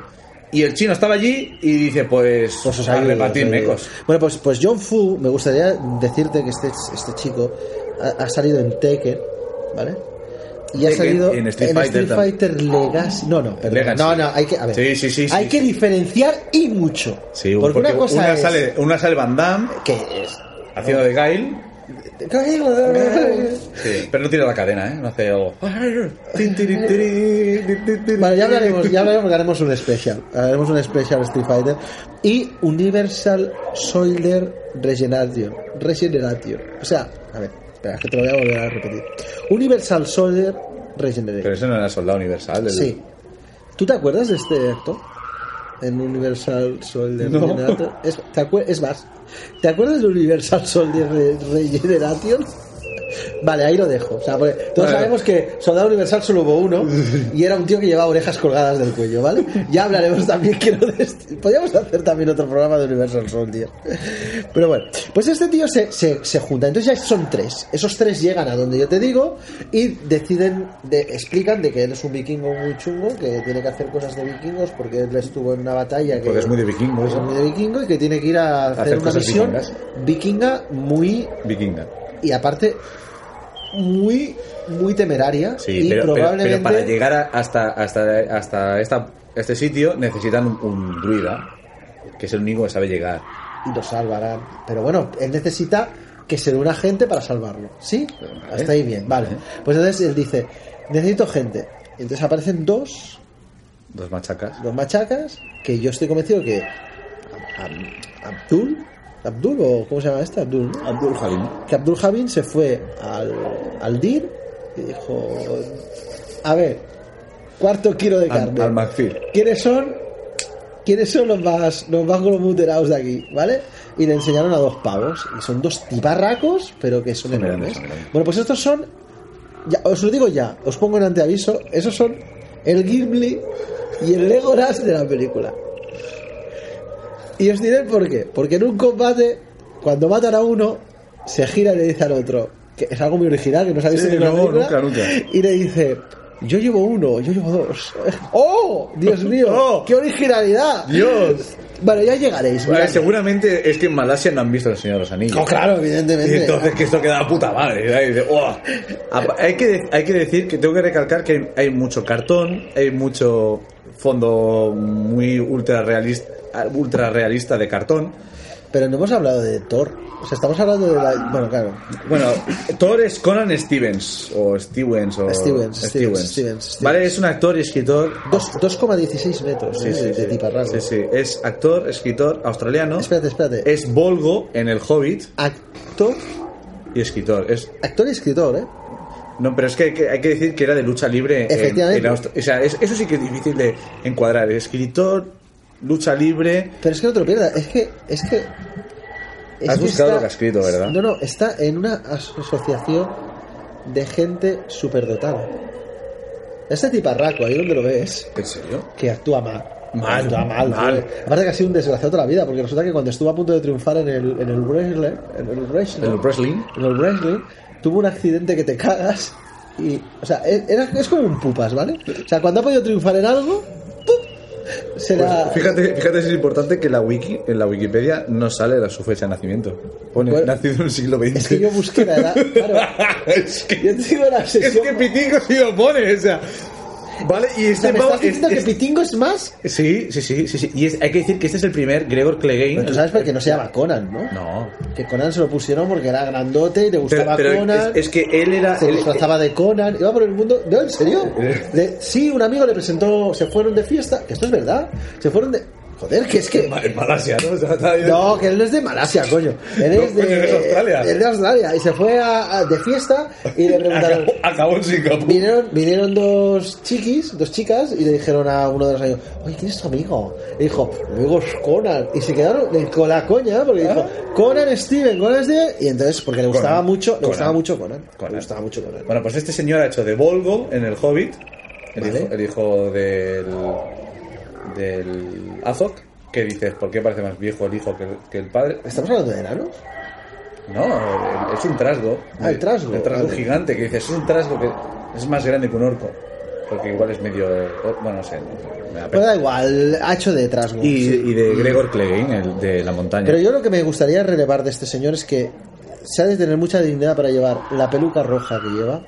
Speaker 2: Y el chino estaba allí y dice, pues,
Speaker 3: Pues os
Speaker 2: a
Speaker 3: ayudo,
Speaker 2: repartir
Speaker 3: os ayudo.
Speaker 2: mecos.
Speaker 3: Bueno, pues, pues John Fu, me gustaría decirte que este, este chico ha, ha salido en Taken, ¿vale? Y ha
Speaker 2: Taken,
Speaker 3: salido
Speaker 2: en Street Fighter
Speaker 3: Fighter Legacy. No, no, perdón.
Speaker 2: Legacy.
Speaker 3: No, no, hay que. A ver,
Speaker 2: Sí, sí, sí, sí.
Speaker 3: hay que diferenciar y mucho.
Speaker 2: Sí,
Speaker 3: porque,
Speaker 2: porque,
Speaker 3: una cosa es
Speaker 2: sale, una sale Van Damme
Speaker 3: que es.
Speaker 2: haciendo de Gail, pero no tira la cadena, ¿eh? No hace algo.
Speaker 3: Bueno, ya hablaremos, ya hablaremos porque haremos un special. Haremos un special Street Fighter y Universal Soldier Regeneration. Regeneration. O sea, a ver, espera, que te lo voy a volver a repetir. Universal Soldier
Speaker 2: Pero
Speaker 3: Regeneration.
Speaker 2: eso no era soldado universal. el-
Speaker 3: Sí. ¿Tú te acuerdas de este acto? En Universal Soldier
Speaker 2: No.
Speaker 3: Regeneration. Es, te acuer- es más, ¿te acuerdas de Universal Soldier Re- Regeneration? Vale, ahí lo dejo. O sea, porque todos
Speaker 2: Vale.
Speaker 3: sabemos que Soldado Universal solo hubo uno y era un tío que llevaba orejas colgadas del cuello, ¿vale? Ya hablaremos también, quiero decir. este- Podríamos hacer también otro programa de Universal Soldier. Pero bueno, pues este tío se, se, se junta. Entonces ya son tres. Esos tres llegan a donde yo te digo y deciden, de- explican de que él es un vikingo muy chungo, que tiene que hacer cosas de vikingos porque él estuvo en una batalla que
Speaker 2: Porque es muy de vikingo
Speaker 3: es
Speaker 2: eso.
Speaker 3: muy de vikingo y que tiene que ir a hacer,
Speaker 2: hacer
Speaker 3: una
Speaker 2: cosas
Speaker 3: misión
Speaker 2: vikingas.
Speaker 3: vikinga muy
Speaker 2: Vikinga.
Speaker 3: y aparte muy muy temeraria
Speaker 2: Sí,
Speaker 3: y
Speaker 2: pero, pero-
Speaker 3: probablemente
Speaker 2: pero para llegar a- hasta, hasta, hasta esta, este sitio necesitan un, un druida, que es el único que sabe llegar.
Speaker 3: y lo salvarán pero bueno él necesita que se le una gente para salvarlo sí
Speaker 2: Vale.
Speaker 3: hasta ahí bien vale pues entonces él dice necesito gente Y entonces aparecen dos
Speaker 2: Dos machacas.
Speaker 3: dos machacas que yo estoy convencido que Ab- Ab- Abdul Abdul o cómo se llama este Abdul ¿no?
Speaker 2: Abdul Halim.
Speaker 3: que Abdul Javín se fue al, al DIR y dijo, a ver, cuarto kilo de
Speaker 2: Al,
Speaker 3: carne.
Speaker 2: al McPhee.
Speaker 3: ¿Quiénes son? ¿Quiénes son los más, los más glomuterados de aquí? ¿Vale? Y le enseñaron a dos pavos. Y son dos tibarracos, pero que son
Speaker 2: Son grandes,
Speaker 3: enormes.
Speaker 2: son grandes.
Speaker 3: Bueno, pues estos son. ya, os lo digo ya, os pongo en anteaviso. Esos son el Gimli y el Legolas de la película. Y os diré el por qué. Porque en un combate, cuando matan a uno, se gira y le dice al otro, que es algo muy original, que no sabéis
Speaker 2: Sí,
Speaker 3: en la
Speaker 2: no,
Speaker 3: película,
Speaker 2: nunca, nunca.
Speaker 3: Y le dice, yo llevo uno, yo llevo dos. ¡Oh! Dios mío,
Speaker 2: ¡Oh!
Speaker 3: qué originalidad.
Speaker 2: Dios.
Speaker 3: Bueno, ya llegaréis.
Speaker 2: Vale,
Speaker 3: mirad.
Speaker 2: seguramente es que en Malasia no han visto el Señor de los Anillos.
Speaker 3: No, claro,
Speaker 2: Y
Speaker 3: evidentemente.
Speaker 2: entonces que esto queda la puta madre. ¿sabes? Y dice, "Uah". Apa- Ah, Hay que, de- hay que decir que tengo que recalcar que hay mucho cartón, hay mucho fondo muy ultra realista, ultra realista de cartón.
Speaker 3: Pero no hemos hablado de Thor. O sea, estamos hablando de la... Bueno, claro.
Speaker 2: Bueno, Thor es Conan Stevens o Stevens o
Speaker 3: Stevens, Stevens, Stevens, Stevens.
Speaker 2: Vale, es un actor y escritor.
Speaker 3: Dos- 2,16 metros ¿eh? de, de tiparrasgo.
Speaker 2: Sí, sí. Es actor, escritor australiano.
Speaker 3: Espérate, espérate.
Speaker 2: Es Volgo en El Hobbit
Speaker 3: Actor,
Speaker 2: y escritor. Es
Speaker 3: actor y escritor, ¿eh?
Speaker 2: No, pero es que hay, que hay que decir que era de lucha libre. en-
Speaker 3: Efectivamente.
Speaker 2: en Aust- o sea, es- eso sí que es difícil de encuadrar. Escritor, lucha libre.
Speaker 3: Pero es que no te lo pierdas, es que. Es que es
Speaker 2: Has
Speaker 3: que
Speaker 2: buscado lo que ha escrito, ¿verdad?
Speaker 3: No, no, está en una aso- asociación de gente superdotada. Este tiparraco, ahí donde lo ves,
Speaker 2: ¿En serio?
Speaker 3: que actúa mal.
Speaker 2: Mal,
Speaker 3: actúa mal.
Speaker 2: mal.
Speaker 3: tío. Aparte que ha sido un desgraciado toda la vida, porque resulta que cuando estuvo a punto de triunfar en el, en el wrestler- en el wrestling,
Speaker 2: En el wrestling.
Speaker 3: en el wrestling, tuvo un accidente que te cagas y, o sea, e- era- es como un pupas, ¿vale? O sea, cuando ha podido triunfar en algo, ¡pum! se le ha-
Speaker 2: Pues, Fíjate, fíjate si es importante que la wiki, en la Wikipedia no sale la su fecha de nacimiento. Pone
Speaker 3: Bueno,
Speaker 2: nacido en el siglo XX.
Speaker 3: Es que yo busqué la edad, claro.
Speaker 2: es que,
Speaker 3: Yo tengo la
Speaker 2: es
Speaker 3: obsesión.
Speaker 2: que Pitico sí lo pone, o sea. Vale, y
Speaker 3: O sea,
Speaker 2: este
Speaker 3: me
Speaker 2: pavo
Speaker 3: estás diciendo
Speaker 2: es-
Speaker 3: que Pitingo es más.
Speaker 2: es- Sí, sí, sí, sí, sí. Y es- hay que decir que este es el primer Gregor Clegane.
Speaker 3: Pero tú sabes por qué no se llama Conan, ¿no?
Speaker 2: No.
Speaker 3: Que Conan se lo pusieron porque era grandote y le
Speaker 2: Pero,
Speaker 3: gustaba
Speaker 2: pero
Speaker 3: Conan.
Speaker 2: es, es que él era.
Speaker 3: se
Speaker 2: él-
Speaker 3: disfrazaba de Conan, iba por el mundo. ¿No? ¿En serio?
Speaker 2: Eh.
Speaker 3: Le- sí, un amigo le presentó. Se fueron de fiesta. Que esto es verdad. Se fueron de. Joder, que es que.
Speaker 2: En Malasia, ¿no? O sea, está bien.
Speaker 3: No, que él no es de Malasia, coño. Él es
Speaker 2: No, coño,
Speaker 3: de,
Speaker 2: él es de Australia.
Speaker 3: él es de Australia. Y se fue a- a- de fiesta y le preguntaron.
Speaker 2: Acabó, acabó en Singapur.
Speaker 3: Vinieron, vinieron dos chiquis, dos chicas, y le dijeron a uno de los amigos, oye, ¿quién es tu amigo? Y dijo, mi amigo es Conan. Y se quedaron eh, con la coña, porque dijo, Conan Steven, Conan Steven. Y entonces, porque le gustaba
Speaker 2: Ah. Conan.
Speaker 3: mucho, le
Speaker 2: Conan.
Speaker 3: gustaba mucho Conan.
Speaker 2: Conan.
Speaker 3: Le gustaba mucho Conan.
Speaker 2: Bueno, pues este señor ha hecho de Volgo en El Hobbit, el,
Speaker 3: Vale.
Speaker 2: hijo, el hijo del, del Azok. ¿Qué dices? ¿Por qué parece más viejo el hijo que el, que el padre?
Speaker 3: ¿Estamos hablando de enanos?
Speaker 2: No, el- es un trasgo.
Speaker 3: Ah, el trasgo,
Speaker 2: El trasgo
Speaker 3: vale.
Speaker 2: gigante, que dices, es un trasgo que es más grande que un orco. Porque igual es medio... Bueno, no sé. me da pena.
Speaker 3: Pero da igual, ha hecho de trasgo.
Speaker 2: Y, y de Gregor Clegane, el de la montaña.
Speaker 3: Pero yo lo que me gustaría relevar de este señor es que se ha de tener mucha dignidad para llevar la peluca roja que lleva.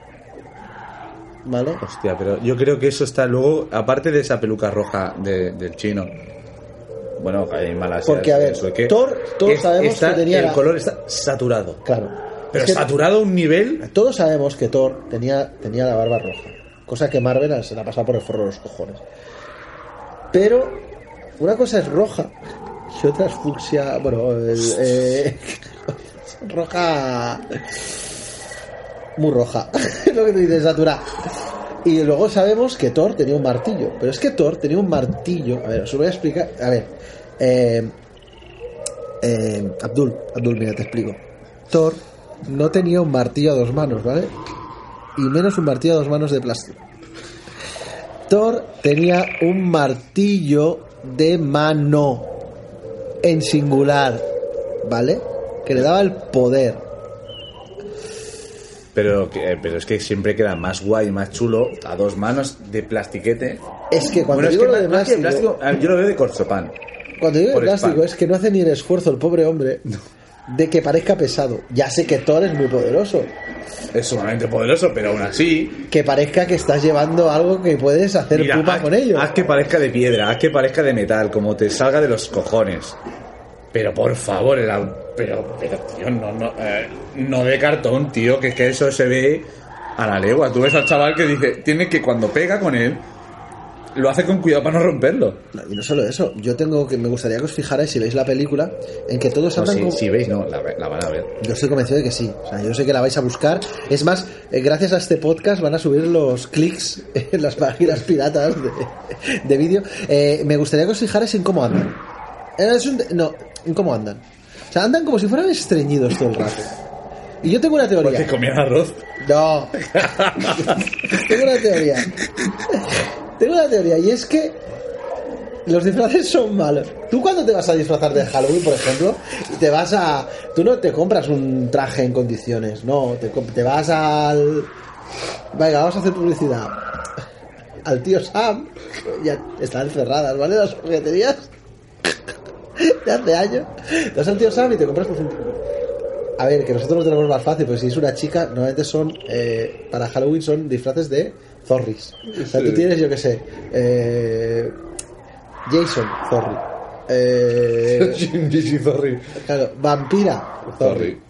Speaker 3: ¿Vale?
Speaker 2: Hostia, pero yo creo que eso está luego, aparte de esa peluca roja de- del chino. Bueno, hay malas.
Speaker 3: Porque, a ver, Thor- Thor sabemos que tenía
Speaker 2: El
Speaker 3: la-
Speaker 2: color está saturado.
Speaker 3: Claro.
Speaker 2: Pero
Speaker 3: Es que
Speaker 2: saturado a un nivel.
Speaker 3: Todos sabemos que Thor tenía, tenía la barba roja. Cosa que Marvel se la ha pasado por el forro de los cojones. Pero una cosa es roja y otra es fucsia. Bueno, el, eh, roja. Muy roja. Lo que te dices, saturada. Y luego sabemos que Thor tenía un martillo. Pero es que Thor tenía un martillo. A ver, os lo voy a explicar. A ver. eh, eh, Abdul, Abdul, mira, te explico. Thor no tenía un martillo a dos manos, ¿vale? Y menos un martillo a dos manos de plástico. Thor tenía un martillo de mano en singular, ¿vale? Que le daba el poder.
Speaker 2: Pero, que- eh, pero es que siempre queda más guay, más chulo, a dos manos de plastiquete.
Speaker 3: Es que cuando
Speaker 2: Bueno, es
Speaker 3: digo
Speaker 2: que
Speaker 3: lo
Speaker 2: más-
Speaker 3: de
Speaker 2: más que
Speaker 3: plástico,
Speaker 2: plástico, eh, yo lo veo de corchopán.
Speaker 3: cuando digo de
Speaker 2: por
Speaker 3: plástico
Speaker 2: espalda.
Speaker 3: es que no hace ni el esfuerzo el pobre hombre de que parezca pesado. Ya sé que Thor es muy poderoso,
Speaker 2: Es sumamente poderoso, pero aún así.
Speaker 3: que parezca que estás llevando algo que puedes hacer
Speaker 2: mira,
Speaker 3: puma
Speaker 2: haz-
Speaker 3: con ello.
Speaker 2: Haz que parezca de piedra, haz que parezca de metal, como te salga de los cojones. Pero por favor, el au- pero, pero tío, no, no, eh, no de cartón, tío, que es que eso se ve a la legua. Tú ves al chaval que dice, tiene que cuando pega con él, lo hace con cuidado para no romperlo.
Speaker 3: No, y no solo eso, yo tengo que me gustaría que os fijarais si veis la película en que todos
Speaker 2: No,
Speaker 3: andan
Speaker 2: si,
Speaker 3: con-
Speaker 2: si Pues veis, no, la, ve- la van a ver.
Speaker 3: Yo estoy convencido de que sí. O sea, yo sé que la vais a buscar. Es más, eh, gracias a este podcast van a subir los clics en las páginas piratas de, de vídeo. Eh, me gustaría que os fijarais en cómo andan. Eh, es un- no, en cómo andan. O sea, andan como si fueran estreñidos todo el rato. Y yo tengo una
Speaker 2: Porque
Speaker 3: teoría.
Speaker 2: comían arroz.
Speaker 3: No. Tengo una teoría. Tengo una teoría y es que los disfraces son malos. Tú cuando te vas a disfrazar de Halloween, por ejemplo, y te vas a... Tú no te compras un traje en condiciones, no. Te, comp- te vas al... Venga, vamos a hacer publicidad. Al tío Sam. Ya están cerradas, ¿vale? Las jugueterías. De hace años. Te vas al tío Sam y te compras pues, un, a ver, que nosotros lo tenemos más fácil, porque si es una chica, normalmente son, eh, para Halloween son disfraces de zorris. O sea, tú tienes, yo qué sé, eh, Jason, zorri. Eh,
Speaker 2: Sorry.
Speaker 3: claro, vampira, zorri.
Speaker 2: Zorri.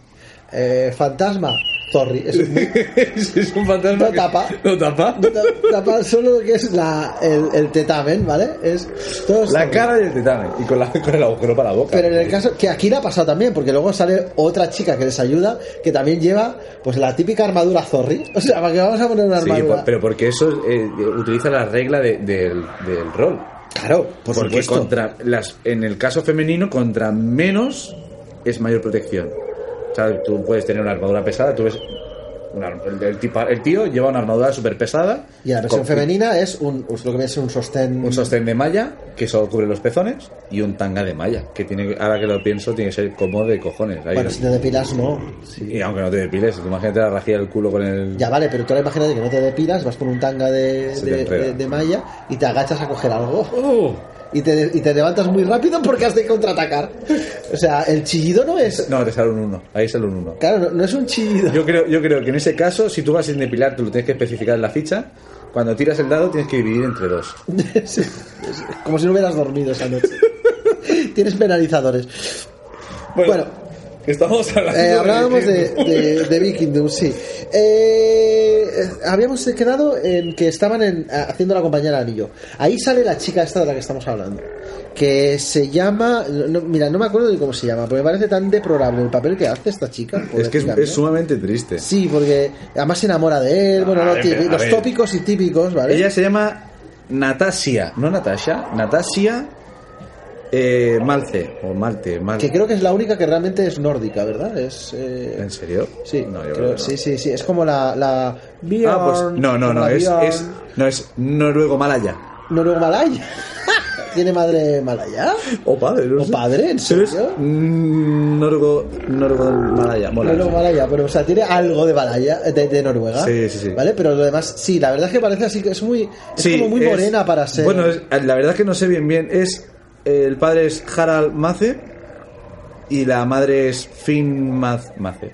Speaker 3: Eh, fantasma, zorri. Es muy-
Speaker 2: es un fantasma.
Speaker 3: No
Speaker 2: que-
Speaker 3: tapa.
Speaker 2: No tapa.
Speaker 3: ta- tapa solo lo que es la, el, el tetamen, ¿vale? Es todo es
Speaker 2: La
Speaker 3: zorri.
Speaker 2: cara del titán y con, la, con el agujero para la boca.
Speaker 3: Pero en el caso, que aquí le ha pasado también, porque luego sale otra chica que les ayuda, que también lleva, pues la típica armadura zorri. O sea, ¿para qué vamos a poner una
Speaker 2: Sí,
Speaker 3: armadura?
Speaker 2: por- pero porque eso eh, utiliza la regla de- del, del rol.
Speaker 3: Claro, por
Speaker 2: porque
Speaker 3: supuesto.
Speaker 2: contra las, en el caso femenino, contra menos es mayor protección. O sea, tú puedes tener una armadura pesada, tú ves. una- el, el tipa- el tío lleva una armadura súper pesada.
Speaker 3: Y la versión
Speaker 2: con-
Speaker 3: femenina es un, es lo que viene a ser un sostén.
Speaker 2: Un sostén de malla que solo cubre los pezones y un tanga de malla. Que tiene, ahora que lo pienso, tiene que ser cómodo de cojones. Ahí
Speaker 3: bueno,
Speaker 2: no-
Speaker 3: si te depilas, no. Sí.
Speaker 2: Y aunque no te depiles, tú imagínate la rajilla del culo con el.
Speaker 3: Ya vale, pero tú ahora imagínate que no te depilas, vas con un tanga de,
Speaker 2: Se te
Speaker 3: de,
Speaker 2: enreda.
Speaker 3: de- de malla y te agachas a coger algo.
Speaker 2: ¡Oh!
Speaker 3: Y te, y te levantas muy rápido porque has de contraatacar. O sea, el chillido no es.
Speaker 2: No, te sale un uno. Ahí sale un uno.
Speaker 3: Claro, no, no es un chillido.
Speaker 2: Yo creo, yo creo que en ese caso, si tú vas sin depilar, tú lo tienes que especificar en la ficha. Cuando tiras el dado, tienes que dividir entre dos.
Speaker 3: Sí, es Como si no hubieras dormido esa noche. Tienes penalizadores. Bueno,
Speaker 2: Estamos hablando
Speaker 3: Eh, hablábamos de, de, de Vikingdom, sí. Eh, habíamos quedado en que estaban en- haciendo la compañía del anillo. Ahí sale la chica esta de la que estamos hablando. Que se llama. no- mira, no me acuerdo ni cómo se llama, porque me parece tan deplorable el papel que hace esta chica.
Speaker 2: Es que es,
Speaker 3: pobrecita,
Speaker 2: es
Speaker 3: ¿no?
Speaker 2: sumamente triste.
Speaker 3: Sí, porque además se enamora de él. Bueno,
Speaker 2: Ah,
Speaker 3: lo
Speaker 2: a
Speaker 3: típico-
Speaker 2: ver, a
Speaker 3: los
Speaker 2: ver.
Speaker 3: tópicos y típicos, ¿vale?
Speaker 2: Ella se llama Natasia, no Natasha, Natasia eh, Malce, o Malte, Malte.
Speaker 3: Que creo que es la única que realmente es nórdica, ¿verdad? Es. eh,
Speaker 2: ¿En serio?
Speaker 3: Sí,
Speaker 2: no, yo
Speaker 3: creo-
Speaker 2: creo que no.
Speaker 3: sí, sí, sí. Es como la. la
Speaker 2: Ah, pues no, no, no,
Speaker 3: la
Speaker 2: es,
Speaker 3: Bjorn.
Speaker 2: es, no es noruego malaya.
Speaker 3: Noruego malaya. ¿Tiene madre malaya?
Speaker 2: O padre, no
Speaker 3: ¿O
Speaker 2: sé.
Speaker 3: padre? ¿En
Speaker 2: Pero es,
Speaker 3: serio?
Speaker 2: mm, noruego, noruego malaya, mola.
Speaker 3: Noruego malaya, pero o sea, tiene algo de malaya, eh, de, de Noruega.
Speaker 2: Sí, sí, sí.
Speaker 3: ¿Vale? Pero lo demás, sí, la verdad es que parece así que es muy. Es
Speaker 2: Sí,
Speaker 3: como muy
Speaker 2: es-
Speaker 3: morena para ser.
Speaker 2: Bueno, es- eh, la verdad es que no sé bien bien. Es eh, el padre es Harald Mace y la madre es Finn Maz- Mace.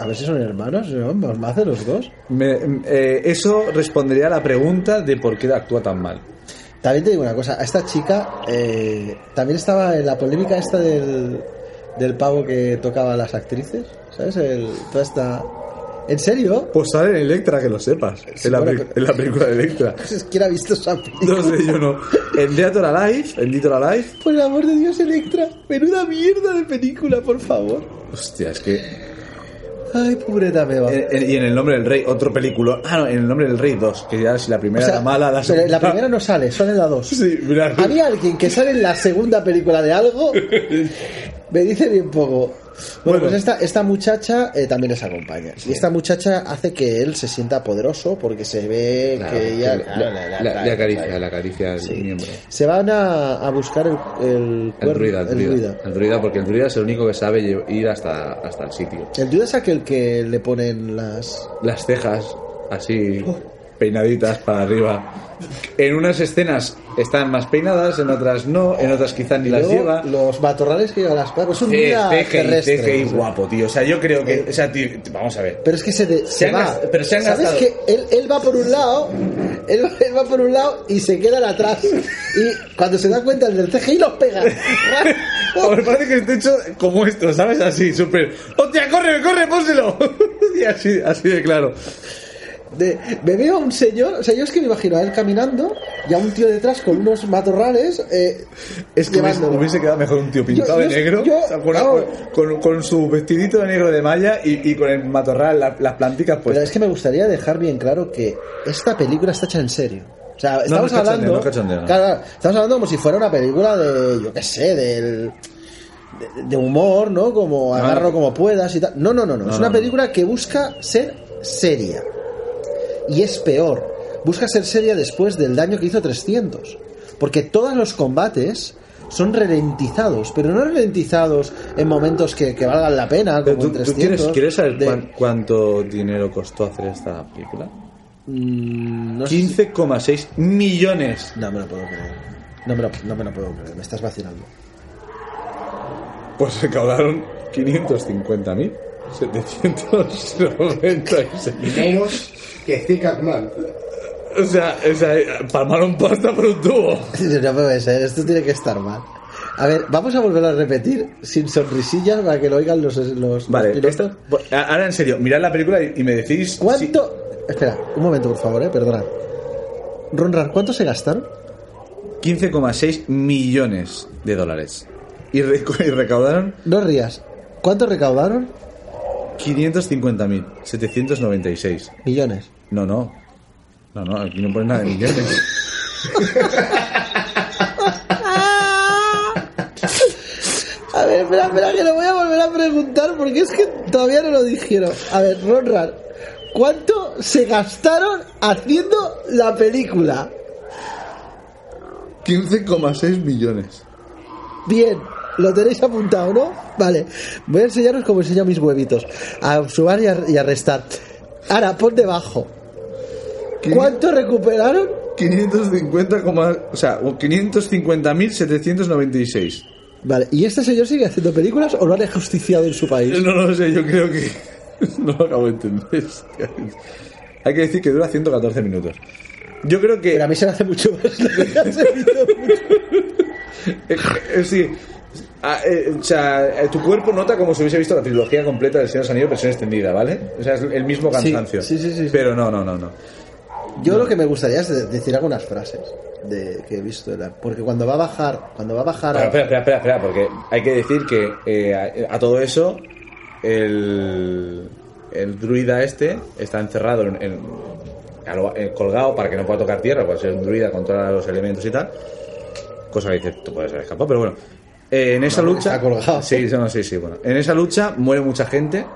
Speaker 3: A ver si son hermanos, ¿no? Más de los dos.
Speaker 2: Me- mm, eh, eso respondería a la pregunta de por qué actúa tan mal.
Speaker 3: También te digo una cosa, a esta chica eh, también estaba en la polémica esta del, del pavo que tocaba a las actrices, ¿sabes? El, toda esta... ¿En serio?
Speaker 2: Pues sale en Electra, que lo sepas.
Speaker 3: Sí,
Speaker 2: en, la
Speaker 3: bueno,
Speaker 2: peli-
Speaker 3: pero-
Speaker 2: en la película de Electra.
Speaker 3: Es que era visto esa película.
Speaker 2: No sé, yo no. En Theater Alive, en Theater Alive.
Speaker 3: Por el amor de Dios, Electra, menuda mierda de película, por favor.
Speaker 2: Hostia, es que.
Speaker 3: Ay, pobreta me va.
Speaker 2: en- en- y en El Nombre del Rey, otro película. Ah, no, en El Nombre del Rey 2. Que ya si la
Speaker 3: O
Speaker 2: primera
Speaker 3: sea,
Speaker 2: era mala, la
Speaker 3: pero
Speaker 2: segunda.
Speaker 3: la primera no sale, sale la dos.
Speaker 2: Sí, mira.
Speaker 3: Había alguien que sale en la segunda película de algo, me dice bien poco.
Speaker 2: Bueno.
Speaker 3: Bueno, pues esta, esta muchacha eh, también les acompaña. Y esta muchacha hace que él se sienta poderoso porque se ve que ella. claro, la- la- la- la-
Speaker 2: la acaricia el
Speaker 3: sí. Se van a, a buscar el, el,
Speaker 2: El
Speaker 3: cuerno,
Speaker 2: druida, el, druida,
Speaker 3: druida.
Speaker 2: El druida, porque el druida es el único que sabe lle- ir hasta, hasta el sitio.
Speaker 3: El druida es aquel que le ponen las.
Speaker 2: Las cejas así
Speaker 3: Oh.
Speaker 2: peinaditas para arriba. En unas escenas están más peinadas, en otras no, en otras quizás ni
Speaker 3: y
Speaker 2: las
Speaker 3: luego
Speaker 2: lleva.
Speaker 3: Los matorrales que llevan las patas. Es un
Speaker 2: Eh,
Speaker 3: druida
Speaker 2: CGI,
Speaker 3: terrestre.
Speaker 2: CGI
Speaker 3: o sea.
Speaker 2: guapo, tío. O sea, yo creo
Speaker 3: Eh.
Speaker 2: que. O sea, ti- ti- vamos a ver.
Speaker 3: Pero es que se, de- se
Speaker 2: han
Speaker 3: va.
Speaker 2: gast- pero se han
Speaker 3: ¿Sabes
Speaker 2: gastado-
Speaker 3: que él, él va por un lado, él, va- él va por un lado y se queda atrás. Y cuando se da cuenta el del CGI los pega.
Speaker 2: O me parece que esté hecho como esto, ¿sabes? Así, súper. ¡Hostia, corre, corre, pónselo! y así, así de claro.
Speaker 3: De- me veo a un señor, o sea, yo es que me imagino a él caminando y a un tío detrás con unos matorrales. eh,
Speaker 2: Es que hubiese,
Speaker 3: llevándolo.
Speaker 2: hubiese quedado mejor un tío pintado
Speaker 3: Yo- yo-
Speaker 2: de negro,
Speaker 3: yo-
Speaker 2: o sea, con,
Speaker 3: no.
Speaker 2: con- con su vestidito de negro de malla y, y con el matorral, la- las planticas
Speaker 3: Pero
Speaker 2: pues.
Speaker 3: es que me gustaría dejar bien claro que esta película está hecha en serio. O sea, estamos
Speaker 2: no es cachondeo,
Speaker 3: hablando.
Speaker 2: no es cachondeo, no.
Speaker 3: Claro, claro, estamos hablando como si fuera una película de, yo qué sé, del. De, de humor, ¿no? Como agarro como puedas y tal. No, no, no, no. es
Speaker 2: Ah. no,
Speaker 3: una
Speaker 2: no.
Speaker 3: película que busca ser seria. Y es peor. Busca ser seria después del daño que hizo 300. Porque todos los combates son ralentizados, pero no ralentizados en momentos que, que valgan la pena, como
Speaker 2: Pero tú,
Speaker 3: en
Speaker 2: tú
Speaker 3: 300.
Speaker 2: quieres, ¿quieres saber
Speaker 3: de-
Speaker 2: cuán- cuánto dinero costó hacer esta película?
Speaker 3: Mm, no sé si-
Speaker 2: 15,6 millones.
Speaker 3: No me lo puedo creer. No me lo, no me lo puedo creer. Me estás vacilando.
Speaker 2: Pues recaudaron 550.796.
Speaker 8: Menos que Zicatman.
Speaker 2: O sea, o sea, palmaron pasta por un tubo.
Speaker 3: No puede ser. Esto tiene que estar mal. A ver, vamos a volver a repetir sin sonrisillas para que lo oigan los, los, los
Speaker 2: Vale,
Speaker 3: pilotos.
Speaker 2: esto- a- ahora en serio, mirad la película y, y me decís.
Speaker 3: ¿Cuánto? Espera, un momento, por favor, eh, perdona. Ronrar, ¿cuánto se gastaron?
Speaker 2: si 15,6 millones de dólares. Y, re- y recaudaron
Speaker 3: No rías. ¿Cuánto recaudaron?
Speaker 2: 550.796.
Speaker 3: Millones.
Speaker 2: No, no. No, no, aquí no ponen nada de millones.
Speaker 3: A ver, espera, espera, que lo voy a volver a preguntar porque es que todavía no lo dijeron. A ver, Ronrar, ¿cuánto se gastaron haciendo la película?
Speaker 2: 15,6 millones.
Speaker 3: Bien, lo tenéis apuntado, ¿no? Vale, voy a enseñaros cómo enseño mis huevitos. A sumar y a, y a restar. Ahora, pon debajo. ¿Cuánto recuperaron?
Speaker 2: 550, coma- o sea, 550.796.
Speaker 3: Vale, ¿y este señor sigue haciendo películas o lo han justiciado en su país?
Speaker 2: Eh, No lo sé, yo creo que. No lo acabo de entender. hostia. Hay que decir que dura 114 minutos. Yo creo que.
Speaker 3: Pero a mí se me hace mucho más. larga, se me hizo mucho-
Speaker 2: Eh, eh, sí. ah, eh, o sea, eh, tu cuerpo nota como si hubiese visto la trilogía completa del Señor de los Anillos, versión extendida, ¿vale? O sea, es el mismo
Speaker 3: Sí,
Speaker 2: cansancio.
Speaker 3: sí, sí, sí, sí.
Speaker 2: Pero no, no, no, no.
Speaker 3: Yo lo que me gustaría es de- decir algunas frases de, que he visto. de la- porque cuando va a bajar, cuando va a bajar... a-
Speaker 2: Pero, espera, espera, espera, espera, porque hay que decir que eh, a, a todo eso el, el druida este está encerrado en, en- a lo- eh, colgado para que no pueda tocar tierra, porque ser un druida controla los elementos y tal. Cosa que dice, tú puedes haber escapado, pero bueno. Eh, en esa lucha.
Speaker 3: está colgado.
Speaker 2: Sí, no, sí, sí, bueno. En esa lucha muere mucha gente.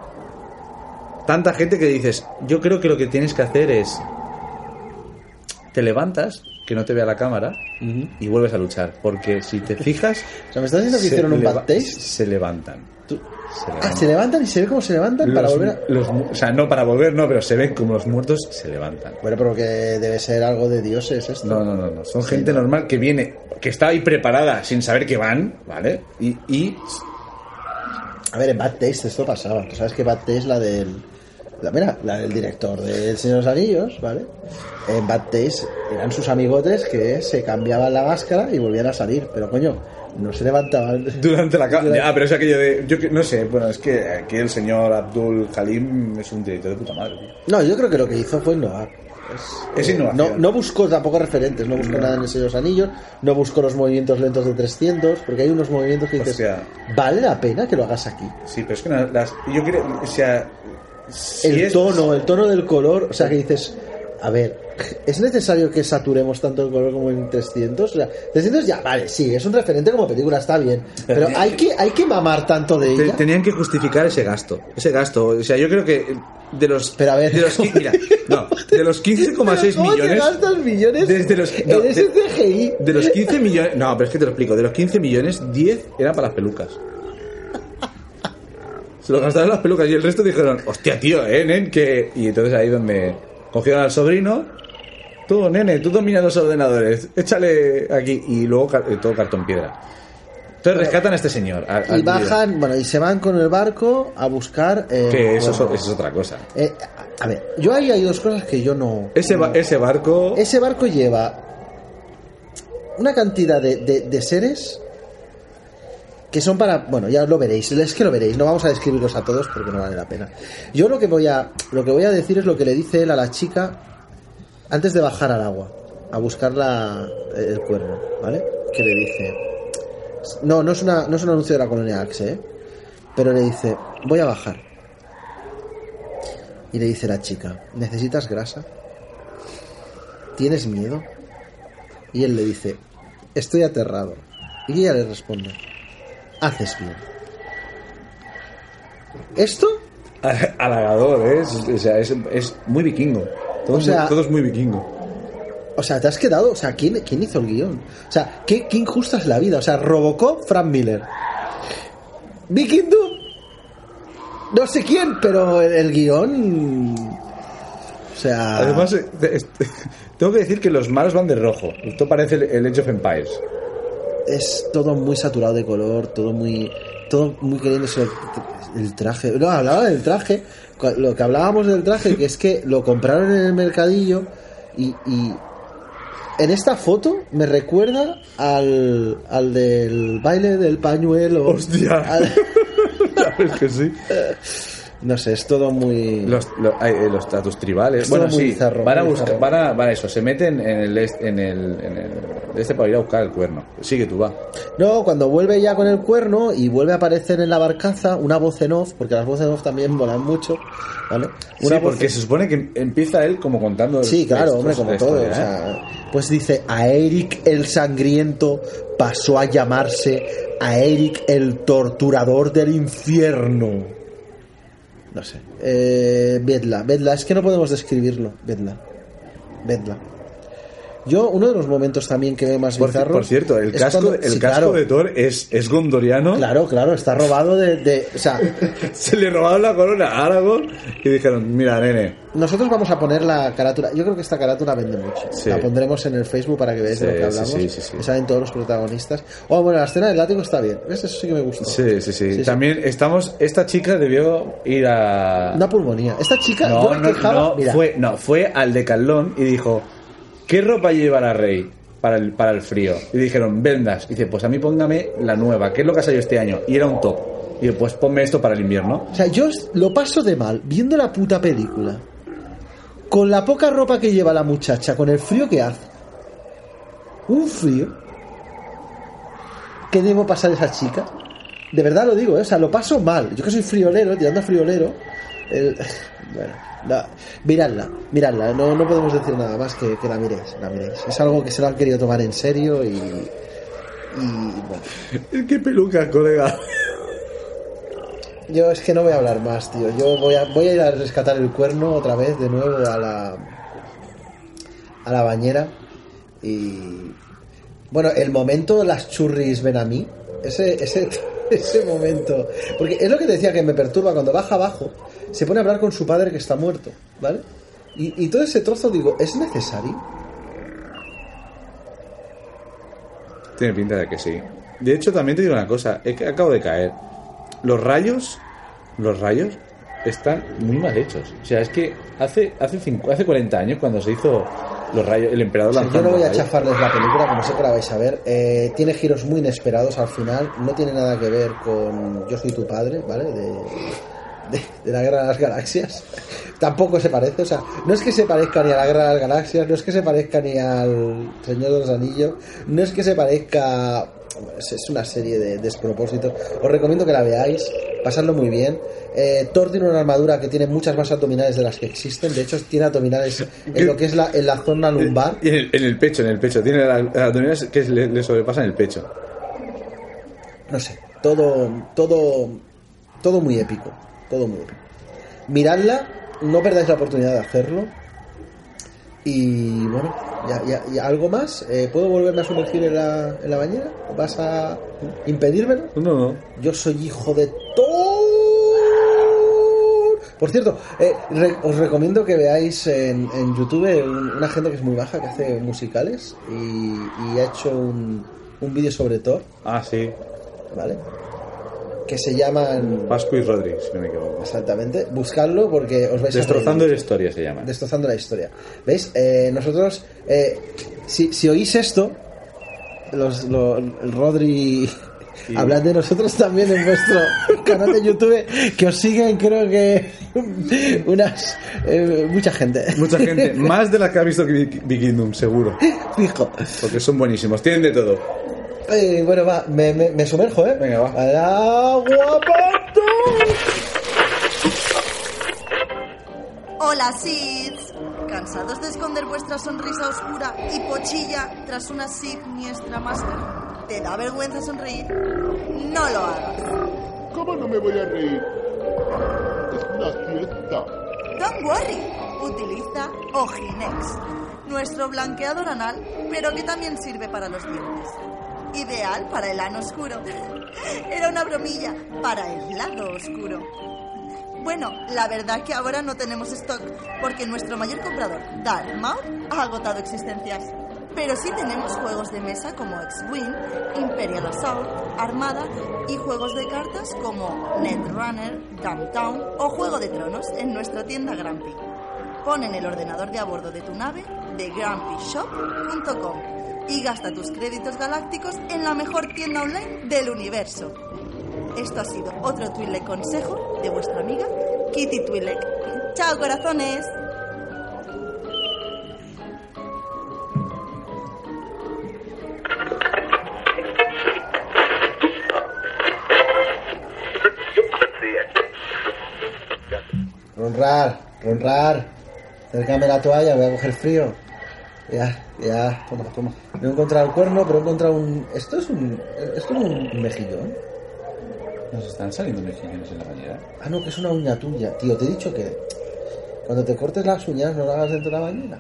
Speaker 2: Tanta gente que dices, yo creo que lo que tienes que hacer es. Te levantas, que no te vea la cámara, y vuelves a luchar. Porque si te fijas,
Speaker 3: O sea, ¿me estás diciendo que hicieron un
Speaker 2: leva-
Speaker 3: backstage?
Speaker 2: Se levantan. Se
Speaker 3: Ah, se levantan y se ve cómo se levantan para
Speaker 2: Los-
Speaker 3: volver a...
Speaker 2: los mu- o sea, no para volver, no, pero se ven como los muertos se levantan.
Speaker 3: Bueno, pero que debe ser algo de dioses esto.
Speaker 2: No, no, no, no. Son gente normal que viene, que está ahí preparada sin saber que van, ¿vale? Y, y
Speaker 3: A ver, en Bad Taste esto pasaba. Tú sabes que Bad Taste es la del. La, mira, la del director de El Señor de los Anillos, ¿vale? En Bad Taste eran sus amigotes que se cambiaban la máscara y volvían a salir. Pero coño, no se levantaban.
Speaker 2: durante la ca- Ah, pero es aquello de. Yo que- no sé, bueno, es que aquí el señor Abdul Halim es un director de puta madre, tío.
Speaker 3: No, yo creo que lo que hizo fue innovar.
Speaker 2: Es
Speaker 3: Eh,
Speaker 2: innovación.
Speaker 3: No, no buscó tampoco referentes, no buscó nada en El Señor de los Anillos, no buscó los movimientos lentos de 300, porque hay unos movimientos que dices,
Speaker 2: Hostia.
Speaker 3: ¿vale la pena que lo hagas aquí?
Speaker 2: Sí, pero es que no- las- yo creo. O sea. si
Speaker 3: el
Speaker 2: es-
Speaker 3: tono, el tono del color, o sea que dices, a ver, ¿es necesario que saturemos tanto el color como en 300? O sea, 300 ya, vale, sí, es un referente como película, está bien, pero hay que, hay que mamar tanto de
Speaker 2: Te-
Speaker 3: ella.
Speaker 2: tenían que justificar ese gasto. Ese gasto. O sea, yo creo que de los.
Speaker 3: Pero a ver,
Speaker 2: de los, qui- mira, no, de los
Speaker 3: Pero
Speaker 2: 15,6
Speaker 3: ¿cómo te
Speaker 2: millones.
Speaker 3: gastas millones
Speaker 2: Desde los-
Speaker 3: en
Speaker 2: no,
Speaker 3: ese
Speaker 2: de-
Speaker 3: CGI?
Speaker 2: De los 15 millones. No, pero es que te lo explico. De los 15 millones, 10 eran para las pelucas. Se lo gastaron en las pelucas y el resto dijeron, hostia, tío, eh, nen, que. Y entonces ahí donde cogieron al sobrino. Tú, nene, tú dominas los ordenadores. Échale aquí. Y luego car- eh, todo cartón piedra. Entonces rescatan a este señor. a- al
Speaker 3: Y
Speaker 2: líder.
Speaker 3: bajan, bueno, y se van con el barco a buscar... eh,
Speaker 2: Que eso, es o-
Speaker 3: bueno,
Speaker 2: eso es otra cosa.
Speaker 3: eh, a ver, yo ahí hay dos cosas que yo no...
Speaker 2: Ese, ba- ese barco.
Speaker 3: Ese barco lleva una cantidad de, de- de seres que son para. Bueno, ya lo veréis, es que lo veréis, no vamos a describirlos a todos porque no vale la pena. Yo lo que voy a. Lo que voy a decir es lo que le dice él a la chica antes de bajar al agua, a buscar la- el cuerno, ¿vale? Que le dice. No, no es, una, no es un anuncio de la colonia Axe, ¿eh? Pero le dice, voy a bajar. Y le dice la chica, ¿necesitas grasa? ¿Tienes miedo? Y él le dice, estoy aterrado. Y ella le responde, haces bien. ¿Esto?
Speaker 2: Halagador, ¿eh? Es, o sea, es, es muy vikingo. Todo,
Speaker 3: O
Speaker 2: es
Speaker 3: sea-
Speaker 2: muy, todo es muy vikingo.
Speaker 3: O sea, te has quedado... O sea, ¿quién, quién hizo el guión? O sea, ¿qué, qué injusta es la vida? O sea, Robocop, Frank Miller. Vikindu. No sé quién, pero el, el guión... O sea...
Speaker 2: Además, eh, de- es- tengo que decir que los malos van de rojo. Esto parece el, el Age of Empires.
Speaker 3: es todo muy saturado de color, todo muy todo muy queriéndose el, el traje. No, hablaba del traje, cua- lo que hablábamos del traje, que es que lo compraron en el mercadillo y, y en esta foto me recuerda al, al del baile del pañuelo.
Speaker 2: Hostia.
Speaker 3: Oh. Al-
Speaker 2: Sabes que sí.
Speaker 3: no sé, es todo muy...
Speaker 2: Los, lo- ay, eh, los tatus tribales.
Speaker 3: Esto
Speaker 2: Bueno,
Speaker 3: es muy
Speaker 2: sí.
Speaker 3: bizarro,
Speaker 2: van a
Speaker 3: muy
Speaker 2: buscar.
Speaker 3: bizarro.
Speaker 2: Van a, van a eso. Se meten en el, est- en el, en el- Este para ir a buscar el cuerno. Sigue tú, va.
Speaker 3: No, cuando vuelve ya con el cuerno y vuelve a aparecer en la barcaza una voz en off, porque las voces en off también volan mucho, ¿vale? Una
Speaker 2: sí,
Speaker 3: voz
Speaker 2: porque se supone que empieza él como contando.
Speaker 3: Sí, claro, hombre, como todo.
Speaker 2: todos
Speaker 3: o sea, pues dice, a Eric el Sangriento pasó a llamarse a Eric el Torturador del Infierno. No sé. Eh, vedla, vedla, es que no podemos describirlo, vedla. Vedla. Yo, uno de los momentos también que veo más
Speaker 2: Por,
Speaker 3: bizarros...
Speaker 2: por cierto, el
Speaker 3: es
Speaker 2: casco,
Speaker 3: cuando-
Speaker 2: el
Speaker 3: sí,
Speaker 2: casco
Speaker 3: claro,
Speaker 2: de Thor es, es gondoriano.
Speaker 3: Claro, claro, está robado de... de- o sea,
Speaker 2: Se le robaron la corona a Aragorn y dijeron, mira, nene.
Speaker 3: nosotros vamos a poner la carátula. Yo creo que esta carátula vende mucho.
Speaker 2: Sí.
Speaker 3: La pondremos en el Facebook para que veáis de lo
Speaker 2: Sí,
Speaker 3: que
Speaker 2: sí,
Speaker 3: hablamos.
Speaker 2: sí, sí, sí.
Speaker 3: Me salen todos los protagonistas. Oh, bueno, la escena del látigo está bien. ¿Ves? Eso sí que me gusta.
Speaker 2: Sí, sí, sí. También estamos. Esta chica debió ir a.
Speaker 3: Una pulmonía. Esta chica,
Speaker 2: No,
Speaker 3: yo me
Speaker 2: no,
Speaker 3: quejaba.
Speaker 2: no,
Speaker 3: mira,
Speaker 2: fue, no, fue al de Calón y dijo: ¿Qué ropa llevará Rey? para el, para el frío. Y dijeron, vendas. dice, pues a mí póngame la nueva, que es lo que ha salido este año. Y era un top. Y yo, pues ponme esto para el invierno.
Speaker 3: O sea, yo lo paso de mal viendo la puta película. Con la poca ropa que lleva la muchacha, con el frío que hace. Un frío. ¿Qué debo pasar a esa chica? De verdad lo digo, ¿eh? o sea, lo paso mal. Yo que soy friolero, tirando a friolero. el- Bueno, la- miradla, miradla. No, no podemos decir nada más que, que la miréis, la miréis. Es algo que se lo han querido tomar en serio y. Y bueno.
Speaker 2: Es que peluca, colega.
Speaker 3: Yo es que no voy a hablar más, tío. Yo voy a, voy a ir a rescatar el cuerno otra vez, de nuevo, a la. a la bañera. Y. Bueno, el momento las churris ven a mí. Ese, ese, ese momento. Porque es lo que te decía que me perturba. Cuando baja abajo, se pone a hablar con su padre que está muerto, ¿vale? Y, y todo ese trozo, digo, ¿es necesario?
Speaker 2: Tiene pinta de que sí. De hecho, también te digo una cosa, es que acabo de caer. Los rayos, los rayos están muy mal hechos. O sea, es que hace hace cincu- hace 40 años cuando se hizo los rayos, el emperador
Speaker 3: Sí, yo
Speaker 2: lanzando
Speaker 3: no voy a
Speaker 2: rayos.
Speaker 3: chafarles la película, como sé que la vais a ver. Eh, tiene giros muy inesperados al final. No tiene nada que ver con Yo soy tu padre, ¿vale? De, de- de la Guerra de las Galaxias. Tampoco se parece. O sea, no es que se parezca ni a la Guerra de las Galaxias, no es que se parezca ni al Señor de los Anillos, no es que se parezca... bueno, Es es una serie de despropósitos. Os recomiendo que la veáis, pasadlo muy bien. Eh, Thor tiene una armadura que tiene muchas más abdominales de las que existen. De hecho, tiene abdominales en lo que es la, en la zona lumbar.
Speaker 2: Y Eh, en el, en el pecho, en el pecho. Tiene las las abdominales que le, le sobrepasan el pecho.
Speaker 3: no sé, todo, todo, todo muy épico, todo muy épico. Miradla, no perdáis la oportunidad de hacerlo. Y bueno, ya, ya- ya, algo más. Eh, ¿Puedo volverme a sumergir en la, en la bañera? ¿Vas a impedírmelo?
Speaker 2: No, no.
Speaker 3: Yo soy hijo de Thor. Por cierto, eh, re- os recomiendo que veáis en, en YouTube un- una gente que es muy baja, que hace musicales y, y ha hecho un, un vídeo sobre Thor.
Speaker 2: Ah, sí.
Speaker 3: ¿vale? Que se llaman
Speaker 2: Pascu y Rodríguez, si no me equivoco.
Speaker 3: exactamente, buscarlo porque os vais a
Speaker 2: Destrozando
Speaker 3: reír.
Speaker 2: la historia se llama.
Speaker 3: destrozando la historia. ¿Veis? Eh, nosotros eh, si, si oís esto los, lo- el Rodri hablad de nosotros también en vuestro canal de YouTube que os siguen creo que unas eh, mucha gente
Speaker 2: Mucha gente, más de la que ha visto Viking Kingdom, seguro.
Speaker 3: fijo
Speaker 2: Porque son buenísimos, tienen de todo.
Speaker 3: Eh, bueno va me, me, me sumerjo eh
Speaker 2: Venga, va.
Speaker 3: al agua pato.
Speaker 9: Hola, Sids. ¿Cansados de esconder vuestra sonrisa oscura y pochilla tras una siniestra máscara? ¿Te da vergüenza sonreír? No lo hagas.
Speaker 8: ¿Cómo no me voy a reír? Es una fiesta.
Speaker 9: Don't worry. Utiliza Ojinex, nuestro blanqueador anal, pero que también sirve para los dientes. Ideal para el ano oscuro. Era una bromilla para el lado oscuro. Bueno, la verdad que ahora no tenemos stock, porque nuestro mayor comprador, Dark Maul, ha agotado existencias. Pero sí tenemos juegos de mesa como X-Wing, Imperial Assault, Armada y juegos de cartas como Netrunner, Downtown o Juego de Tronos en nuestra tienda Grumpy. Pon en el ordenador de a bordo de tu nave de grumpyshop.com y gasta tus créditos galácticos en la mejor tienda online del universo. Esto ha sido otro Twi'lek consejo de vuestra amiga Kitty Twi'lek. ¡Chao, corazones!
Speaker 3: Ronrar, ronrar. Acércame la toalla, voy a coger frío. Ya, ya, toma, toma. No he encontrado el cuerno, pero he encontrado un. Esto es un. Esto es un mejillón.
Speaker 2: Nos están saliendo mejillones en la ¿eh? bañera.
Speaker 3: Ah, no, que es una uña tuya. Tío, te he dicho que. Cuando te cortes las uñas, no las hagas dentro de la bañera.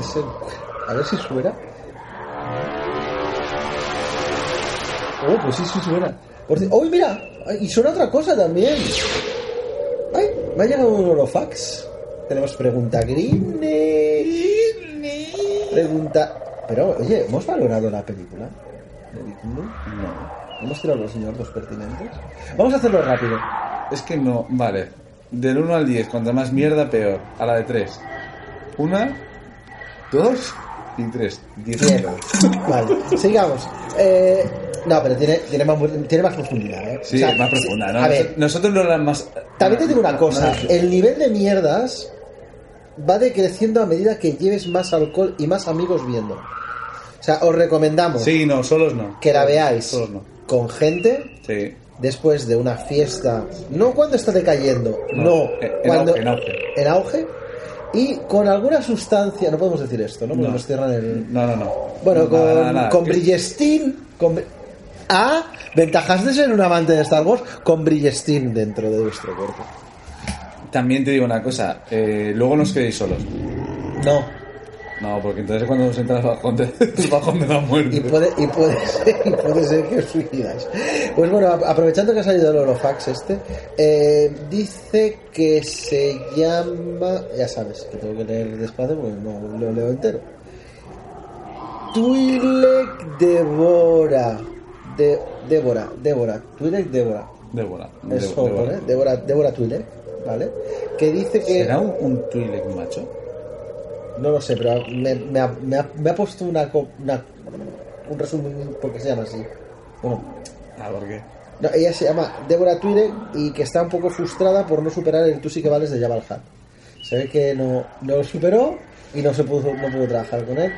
Speaker 3: Es el- A ver si suena. Oh, pues sí, sí suena. Por ci- ¡Oh, mira! Ay, Y suena otra cosa también. ¡Ay! Me ha llegado un Orofax. Tenemos pregunta Green. Pregunta. Pero, oye, ¿hemos valorado la película? ¿De Vikingdom? No. ¿Hemos tirado los señores pertinentes? Vamos a hacerlo rápido.
Speaker 2: Es que no, vale. Del 1 al 10, cuanto más mierda, peor. A la de 3. Una, dos, Y 3. 19.
Speaker 3: Vale, sigamos. Eh, no, pero tiene, tiene, más, mu- tiene más profundidad, ¿eh?
Speaker 2: Sí,
Speaker 3: O sea,
Speaker 2: es más profunda, ¿no?
Speaker 3: A ver,
Speaker 2: Nosotros no las más.
Speaker 3: también te digo una cosa. eh,
Speaker 2: No, no,
Speaker 3: El nivel de mierdas va decreciendo a medida que lleves más alcohol y más amigos viendo. O sea, os recomendamos
Speaker 2: Sí, no, solos no.
Speaker 3: que la veáis
Speaker 2: Solos no.
Speaker 3: con gente
Speaker 2: Sí.
Speaker 3: después de una fiesta. No cuando está decayendo,
Speaker 2: No,
Speaker 3: no.
Speaker 2: en- en
Speaker 3: cuando,
Speaker 2: auge, en auge.
Speaker 3: en auge. Y con alguna sustancia, no podemos decir esto, ¿no? Porque
Speaker 2: No.
Speaker 3: nos cierran el,
Speaker 2: No, no, no.
Speaker 3: Bueno,
Speaker 2: No,
Speaker 3: con,
Speaker 2: nada, nada.
Speaker 3: con Brillestín. Con... A. Ventajas de ser un amante de Star Wars con Brillestín dentro de vuestro cuerpo.
Speaker 2: También te digo una cosa. eh, luego no os quedéis solos.
Speaker 3: No.
Speaker 2: No, porque entonces es cuando os entra el bajón de, el bajón de la muerte.
Speaker 3: Y puede, y puede, ser, y puede ser que os suicidáis. Pues bueno, a- aprovechando que ha salido el Orofax este, eh, dice que se llama. Ya sabes, que tengo que leer despacio porque no lo leo entero. Twi'lek Devora. De, Débora, Débora. Twi'lek Débora.
Speaker 2: Débora.
Speaker 3: Es
Speaker 2: Dé-
Speaker 3: Holborn, ¿eh? Débora, Débora Twitter, ¿vale? Que dice que...
Speaker 2: ¿Será un, un Twi'lek macho?
Speaker 3: No lo sé, pero me, me ha, me ha- me ha puesto una, co- una- un resumen porque se llama así. Bueno,
Speaker 2: Ah, ¿por qué?
Speaker 3: no, ella se llama Débora Twitter y que está un poco frustrada por no superar el Tú sí que vales de Jabal Hutt. Se ve que no, no lo superó y no se pudo, no pudo trabajar con él.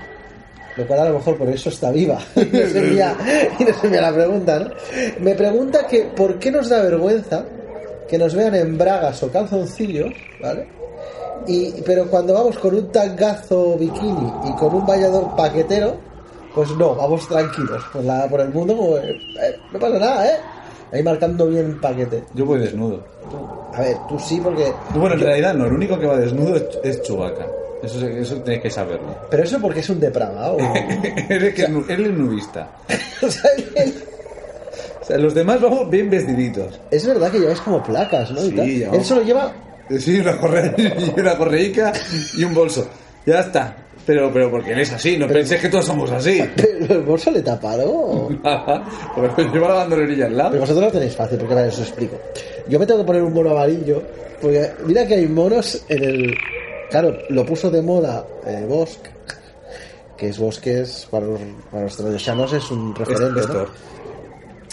Speaker 3: Lo cual a lo mejor por eso está viva. Y no se envía, y no se envía la pregunta, ¿no? Me pregunta que por qué nos da vergüenza que nos vean en bragas o calzoncillos, ¿vale? Y, pero cuando vamos con un tangazo bikini y con un bañador paquetero, pues no, vamos tranquilos por, la, por el mundo, como, eh, eh, no pasa nada, ¿eh? Ahí marcando bien el paquete.
Speaker 2: Yo voy desnudo.
Speaker 3: A ver, tú sí, porque.
Speaker 2: Bueno, en realidad no, el único que va desnudo es, es Chewbacca. Eso, se- eso tenéis que saberlo.
Speaker 3: Pero eso porque es un depravado. o
Speaker 2: él, es que es nu- él es nudista.
Speaker 3: sea, él-
Speaker 2: O sea, los demás vamos bien vestiditos.
Speaker 3: Es verdad que lleváis como placas, ¿no? Y
Speaker 2: Sí,
Speaker 3: tal.
Speaker 2: llevamos-
Speaker 3: Él solo lleva.
Speaker 2: Sí, una, correa, y una correica y un bolso. Ya está. Pero, pero porque él es así, no penséis que todos somos así.
Speaker 3: Pero el bolso le tapa, ¿no?
Speaker 2: porque lleva la bandolerilla al
Speaker 3: Pero
Speaker 2: lado.
Speaker 3: vosotros lo tenéis fácil, porque vale, os lo explico. Yo me tengo que poner un mono amarillo, porque mira que hay monos en el. Claro, lo puso de moda eh, Bosque, que es Bosques, para los, para los troyanos es un
Speaker 2: Es-
Speaker 3: referente,
Speaker 2: es
Speaker 3: ¿no?
Speaker 2: Thor.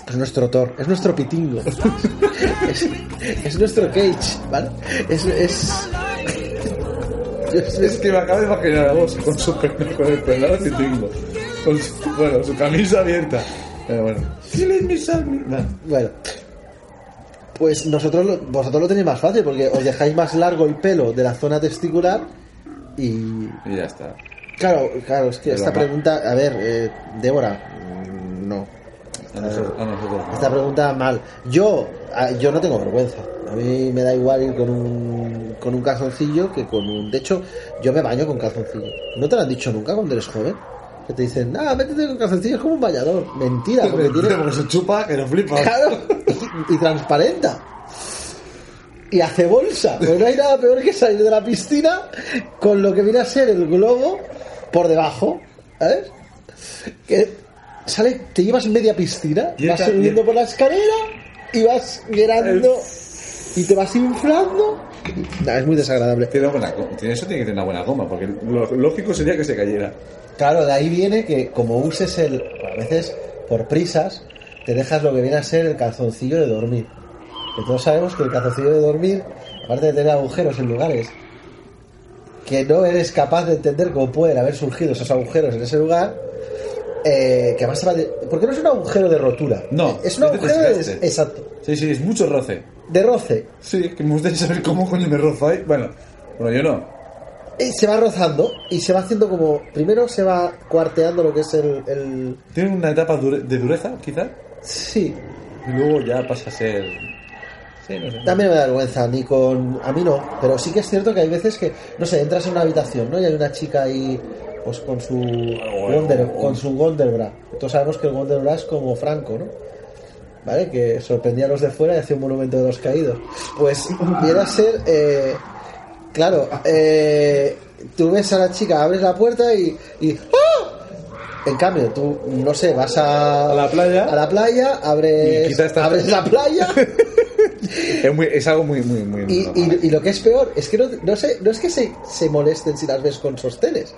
Speaker 3: Es nuestro Thor, es nuestro Pitingo, es, es nuestro Cage, ¿vale? Es. es... es-
Speaker 2: Es que me acabo de imaginar a vos con su pelo, con el pelado y tingo. Con su, bueno, su camisa abierta. Pero bueno. Sí, let me serve me. Nah.
Speaker 3: Bueno. Pues nosotros, lo- vosotros lo tenéis más fácil porque os dejáis más largo el pelo de la zona testicular y...
Speaker 2: Y ya está.
Speaker 3: Claro, claro, es que
Speaker 2: Pero
Speaker 3: esta
Speaker 2: va.
Speaker 3: pregunta... A ver, eh, Débora, mm, no.
Speaker 2: A nosotros. A nosotros Ah, no.
Speaker 3: Esta pregunta mal. Yo, ah, yo no tengo vergüenza. A mí me da igual ir con un, con un calzoncillo que con un... De hecho, yo me baño con calzoncillo. ¿No te lo han dicho nunca cuando eres joven? Que te dicen, nada, métete con calzoncillo, es como un bañador. Mentira, porque tiene...
Speaker 2: Porque se chupa que no flipa.
Speaker 3: Claro, y, y transparenta. Y hace bolsa. Pues no hay nada peor que salir de la piscina con lo que viene a ser el globo por debajo. ¿Sabes? Que sale, te llevas media piscina,
Speaker 2: Y
Speaker 3: vas
Speaker 2: esta-
Speaker 3: subiendo
Speaker 2: y-
Speaker 3: por la escalera y vas llenando y te vas inflando. Nah, es muy desagradable.
Speaker 2: Tiene una buena go- tiene- eso tiene que tener una buena goma, porque lo lógico sería que se cayera.
Speaker 3: Claro, de ahí viene que como uses el... A veces, por prisas, te dejas lo que viene a ser el calzoncillo de dormir. Que todos sabemos que el calzoncillo de dormir, aparte de tener agujeros en lugares que no eres capaz de entender cómo pueden haber surgido esos agujeros en ese lugar, eh, que además... se va de- Porque no es un agujero de rotura.
Speaker 2: No,
Speaker 3: Es un
Speaker 2: es de
Speaker 3: agujero de...
Speaker 2: desgaste.
Speaker 3: Exacto.
Speaker 2: Sí, sí, es mucho roce.
Speaker 3: De roce.
Speaker 2: Sí, que me gustaría saber cómo coño me rozo ahí. Bueno, bueno, yo no.
Speaker 3: Y se va rozando y se va haciendo como... Primero se va cuarteando lo que es el... el...
Speaker 2: Tiene una etapa dure- de dureza, quizás,
Speaker 3: Sí,
Speaker 2: y luego ya pasa a ser. Sí, no sé.
Speaker 3: A mí no me da vergüenza, ni con. A mí no, pero sí que es cierto que hay veces que, no sé, entras en una habitación, ¿no? Y hay una chica ahí, pues con su. Wonder, con su Wonderbra. Todos sabemos que el Wonderbra es como Franco, ¿no? ¿Vale? Que sorprendía a los de fuera y hacía un monumento de los caídos. Pues viene a ser. eh, claro, eh, tú ves a la chica, abres la puerta y. y ¡ah! En cambio, tú, no sé, vas a,
Speaker 2: A la playa.
Speaker 3: a la playa, abres,
Speaker 2: Y quizás estás-
Speaker 3: abres la playa
Speaker 2: Es, muy- es algo muy, muy, muy.
Speaker 3: y,
Speaker 2: normal.
Speaker 3: y- y lo que es peor es que no, no sé, no es que se, se molesten si las ves con sostenes,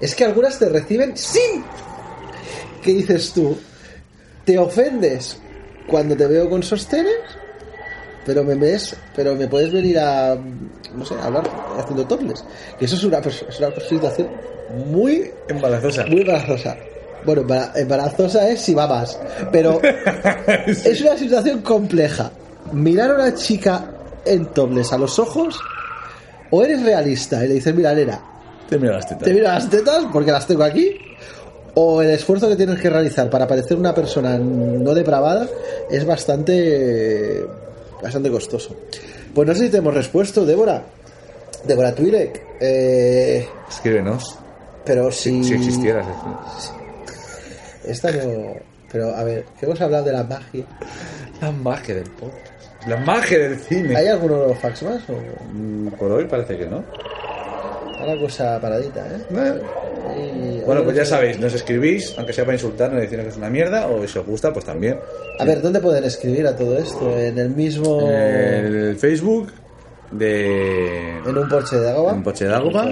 Speaker 3: Es que algunas te reciben sin. ¿Qué dices tú? Te ofendes cuando te veo con sostenes, pero me ves, pero me puedes venir a, no sé, a hablar haciendo topless. Que eso es una, pers- es una situación muy
Speaker 2: Embarazosa.
Speaker 3: muy embarazosa. Bueno, embara- embarazosa es si va más. Pero es una situación compleja. Mirar a una chica en tobles a los ojos, o eres realista y le dices, mira, nena,
Speaker 2: Te miro las tetas.
Speaker 3: te miro las tetas porque las tengo aquí, o el esfuerzo que tienes que realizar para parecer una persona no depravada es bastante, bastante costoso. Pues no sé si te hemos respuesto, Débora. Débora Twirek. Eh,
Speaker 2: Escríbenos.
Speaker 3: pero si.
Speaker 2: Si existieras.
Speaker 3: Esta no. Pero a ver, que hemos hablado de la magia.
Speaker 2: La magia del podcast. La magia del cine.
Speaker 3: ¿Hay alguno fax más? O...
Speaker 2: Mm, Por hoy parece que no.
Speaker 3: Está la cosa paradita, ¿eh?
Speaker 2: Eh,
Speaker 3: Y-
Speaker 2: Bueno, pues ya sabéis, nos escribís, aunque sea para insultarnos y decirnos que es una mierda, o si os gusta, pues también.
Speaker 3: A ver, ¿dónde pueden escribir a todo esto? ¿En el mismo.
Speaker 2: El Facebook de.
Speaker 3: en un porche de agua?
Speaker 2: En Poche de Ágoma.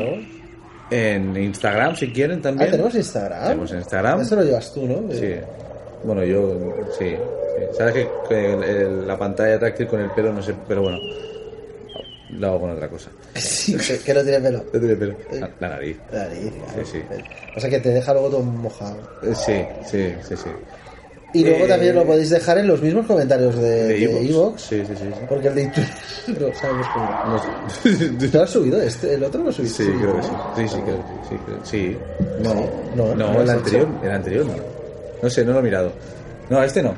Speaker 2: En Instagram, si quieren
Speaker 3: Ah,
Speaker 2: también.
Speaker 3: tenemos Instagram.
Speaker 2: Tenemos Instagram.
Speaker 3: Eso lo llevas tú, ¿no?
Speaker 2: Sí. Bueno, yo. Sí. sí. Sabes que, que el- el- la pantalla táctil con el pelo, no sé, pero bueno. Lo hago con otra cosa.
Speaker 3: Sí, que, que no tiene pelo.
Speaker 2: No tiene pelo.
Speaker 3: Eh.
Speaker 2: La, la nariz.
Speaker 3: Nariz, claro.
Speaker 2: Sí, sí.
Speaker 3: O sea que te deja luego todo mojado.
Speaker 2: Eh, Sí, sí, sí, sí.
Speaker 3: Y luego
Speaker 2: Eh,
Speaker 3: también lo podéis dejar en los mismos comentarios de, de
Speaker 2: iVoox.
Speaker 3: iVoox,
Speaker 2: Sí, sí, sí. sí.
Speaker 3: Porque el de Twitter no sabemos cómo.
Speaker 2: No sé.
Speaker 3: ¿Te lo has subido? Este, ¿El otro lo has subido?
Speaker 2: Sí, creo que sí. Sí, sí, creo que sí. sí, creo- sí.
Speaker 3: No,
Speaker 2: No,
Speaker 3: no
Speaker 2: no,
Speaker 3: lo has
Speaker 2: el anterior,
Speaker 3: hecho.
Speaker 2: el anterior no. No sé, no lo he mirado. No, este no.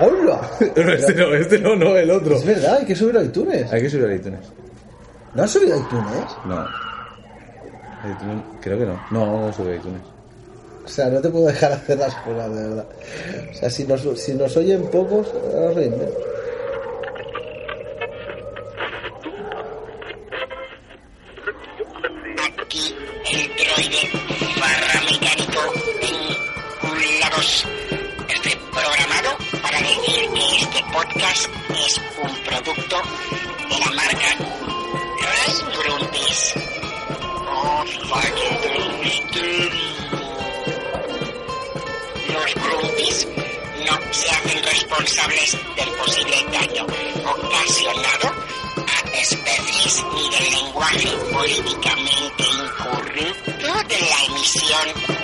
Speaker 3: ¡Hola!
Speaker 2: No, este no, este no, no, el otro.
Speaker 3: Es verdad, hay que subir a iTunes.
Speaker 2: Hay que subir a iTunes.
Speaker 3: ¿No has subido a iTunes?
Speaker 2: No. A iTunes, Creo que no. No, no sube a iTunes.
Speaker 3: O sea, no te puedo dejar hacer las cosas, de verdad. O sea, si nos, si nos oyen pocos, ahora nos oyen menos.
Speaker 10: Aquí el droide barra mecánico vinculados. Estoy este programado para decir que este podcast es un producto de la marca Rice Brundis. Oh, fucking Brundis, qué lindo. Los Brundis no se hacen responsables del posible daño ocasionado a especies ni del lenguaje políticamente incorrecto de la emisión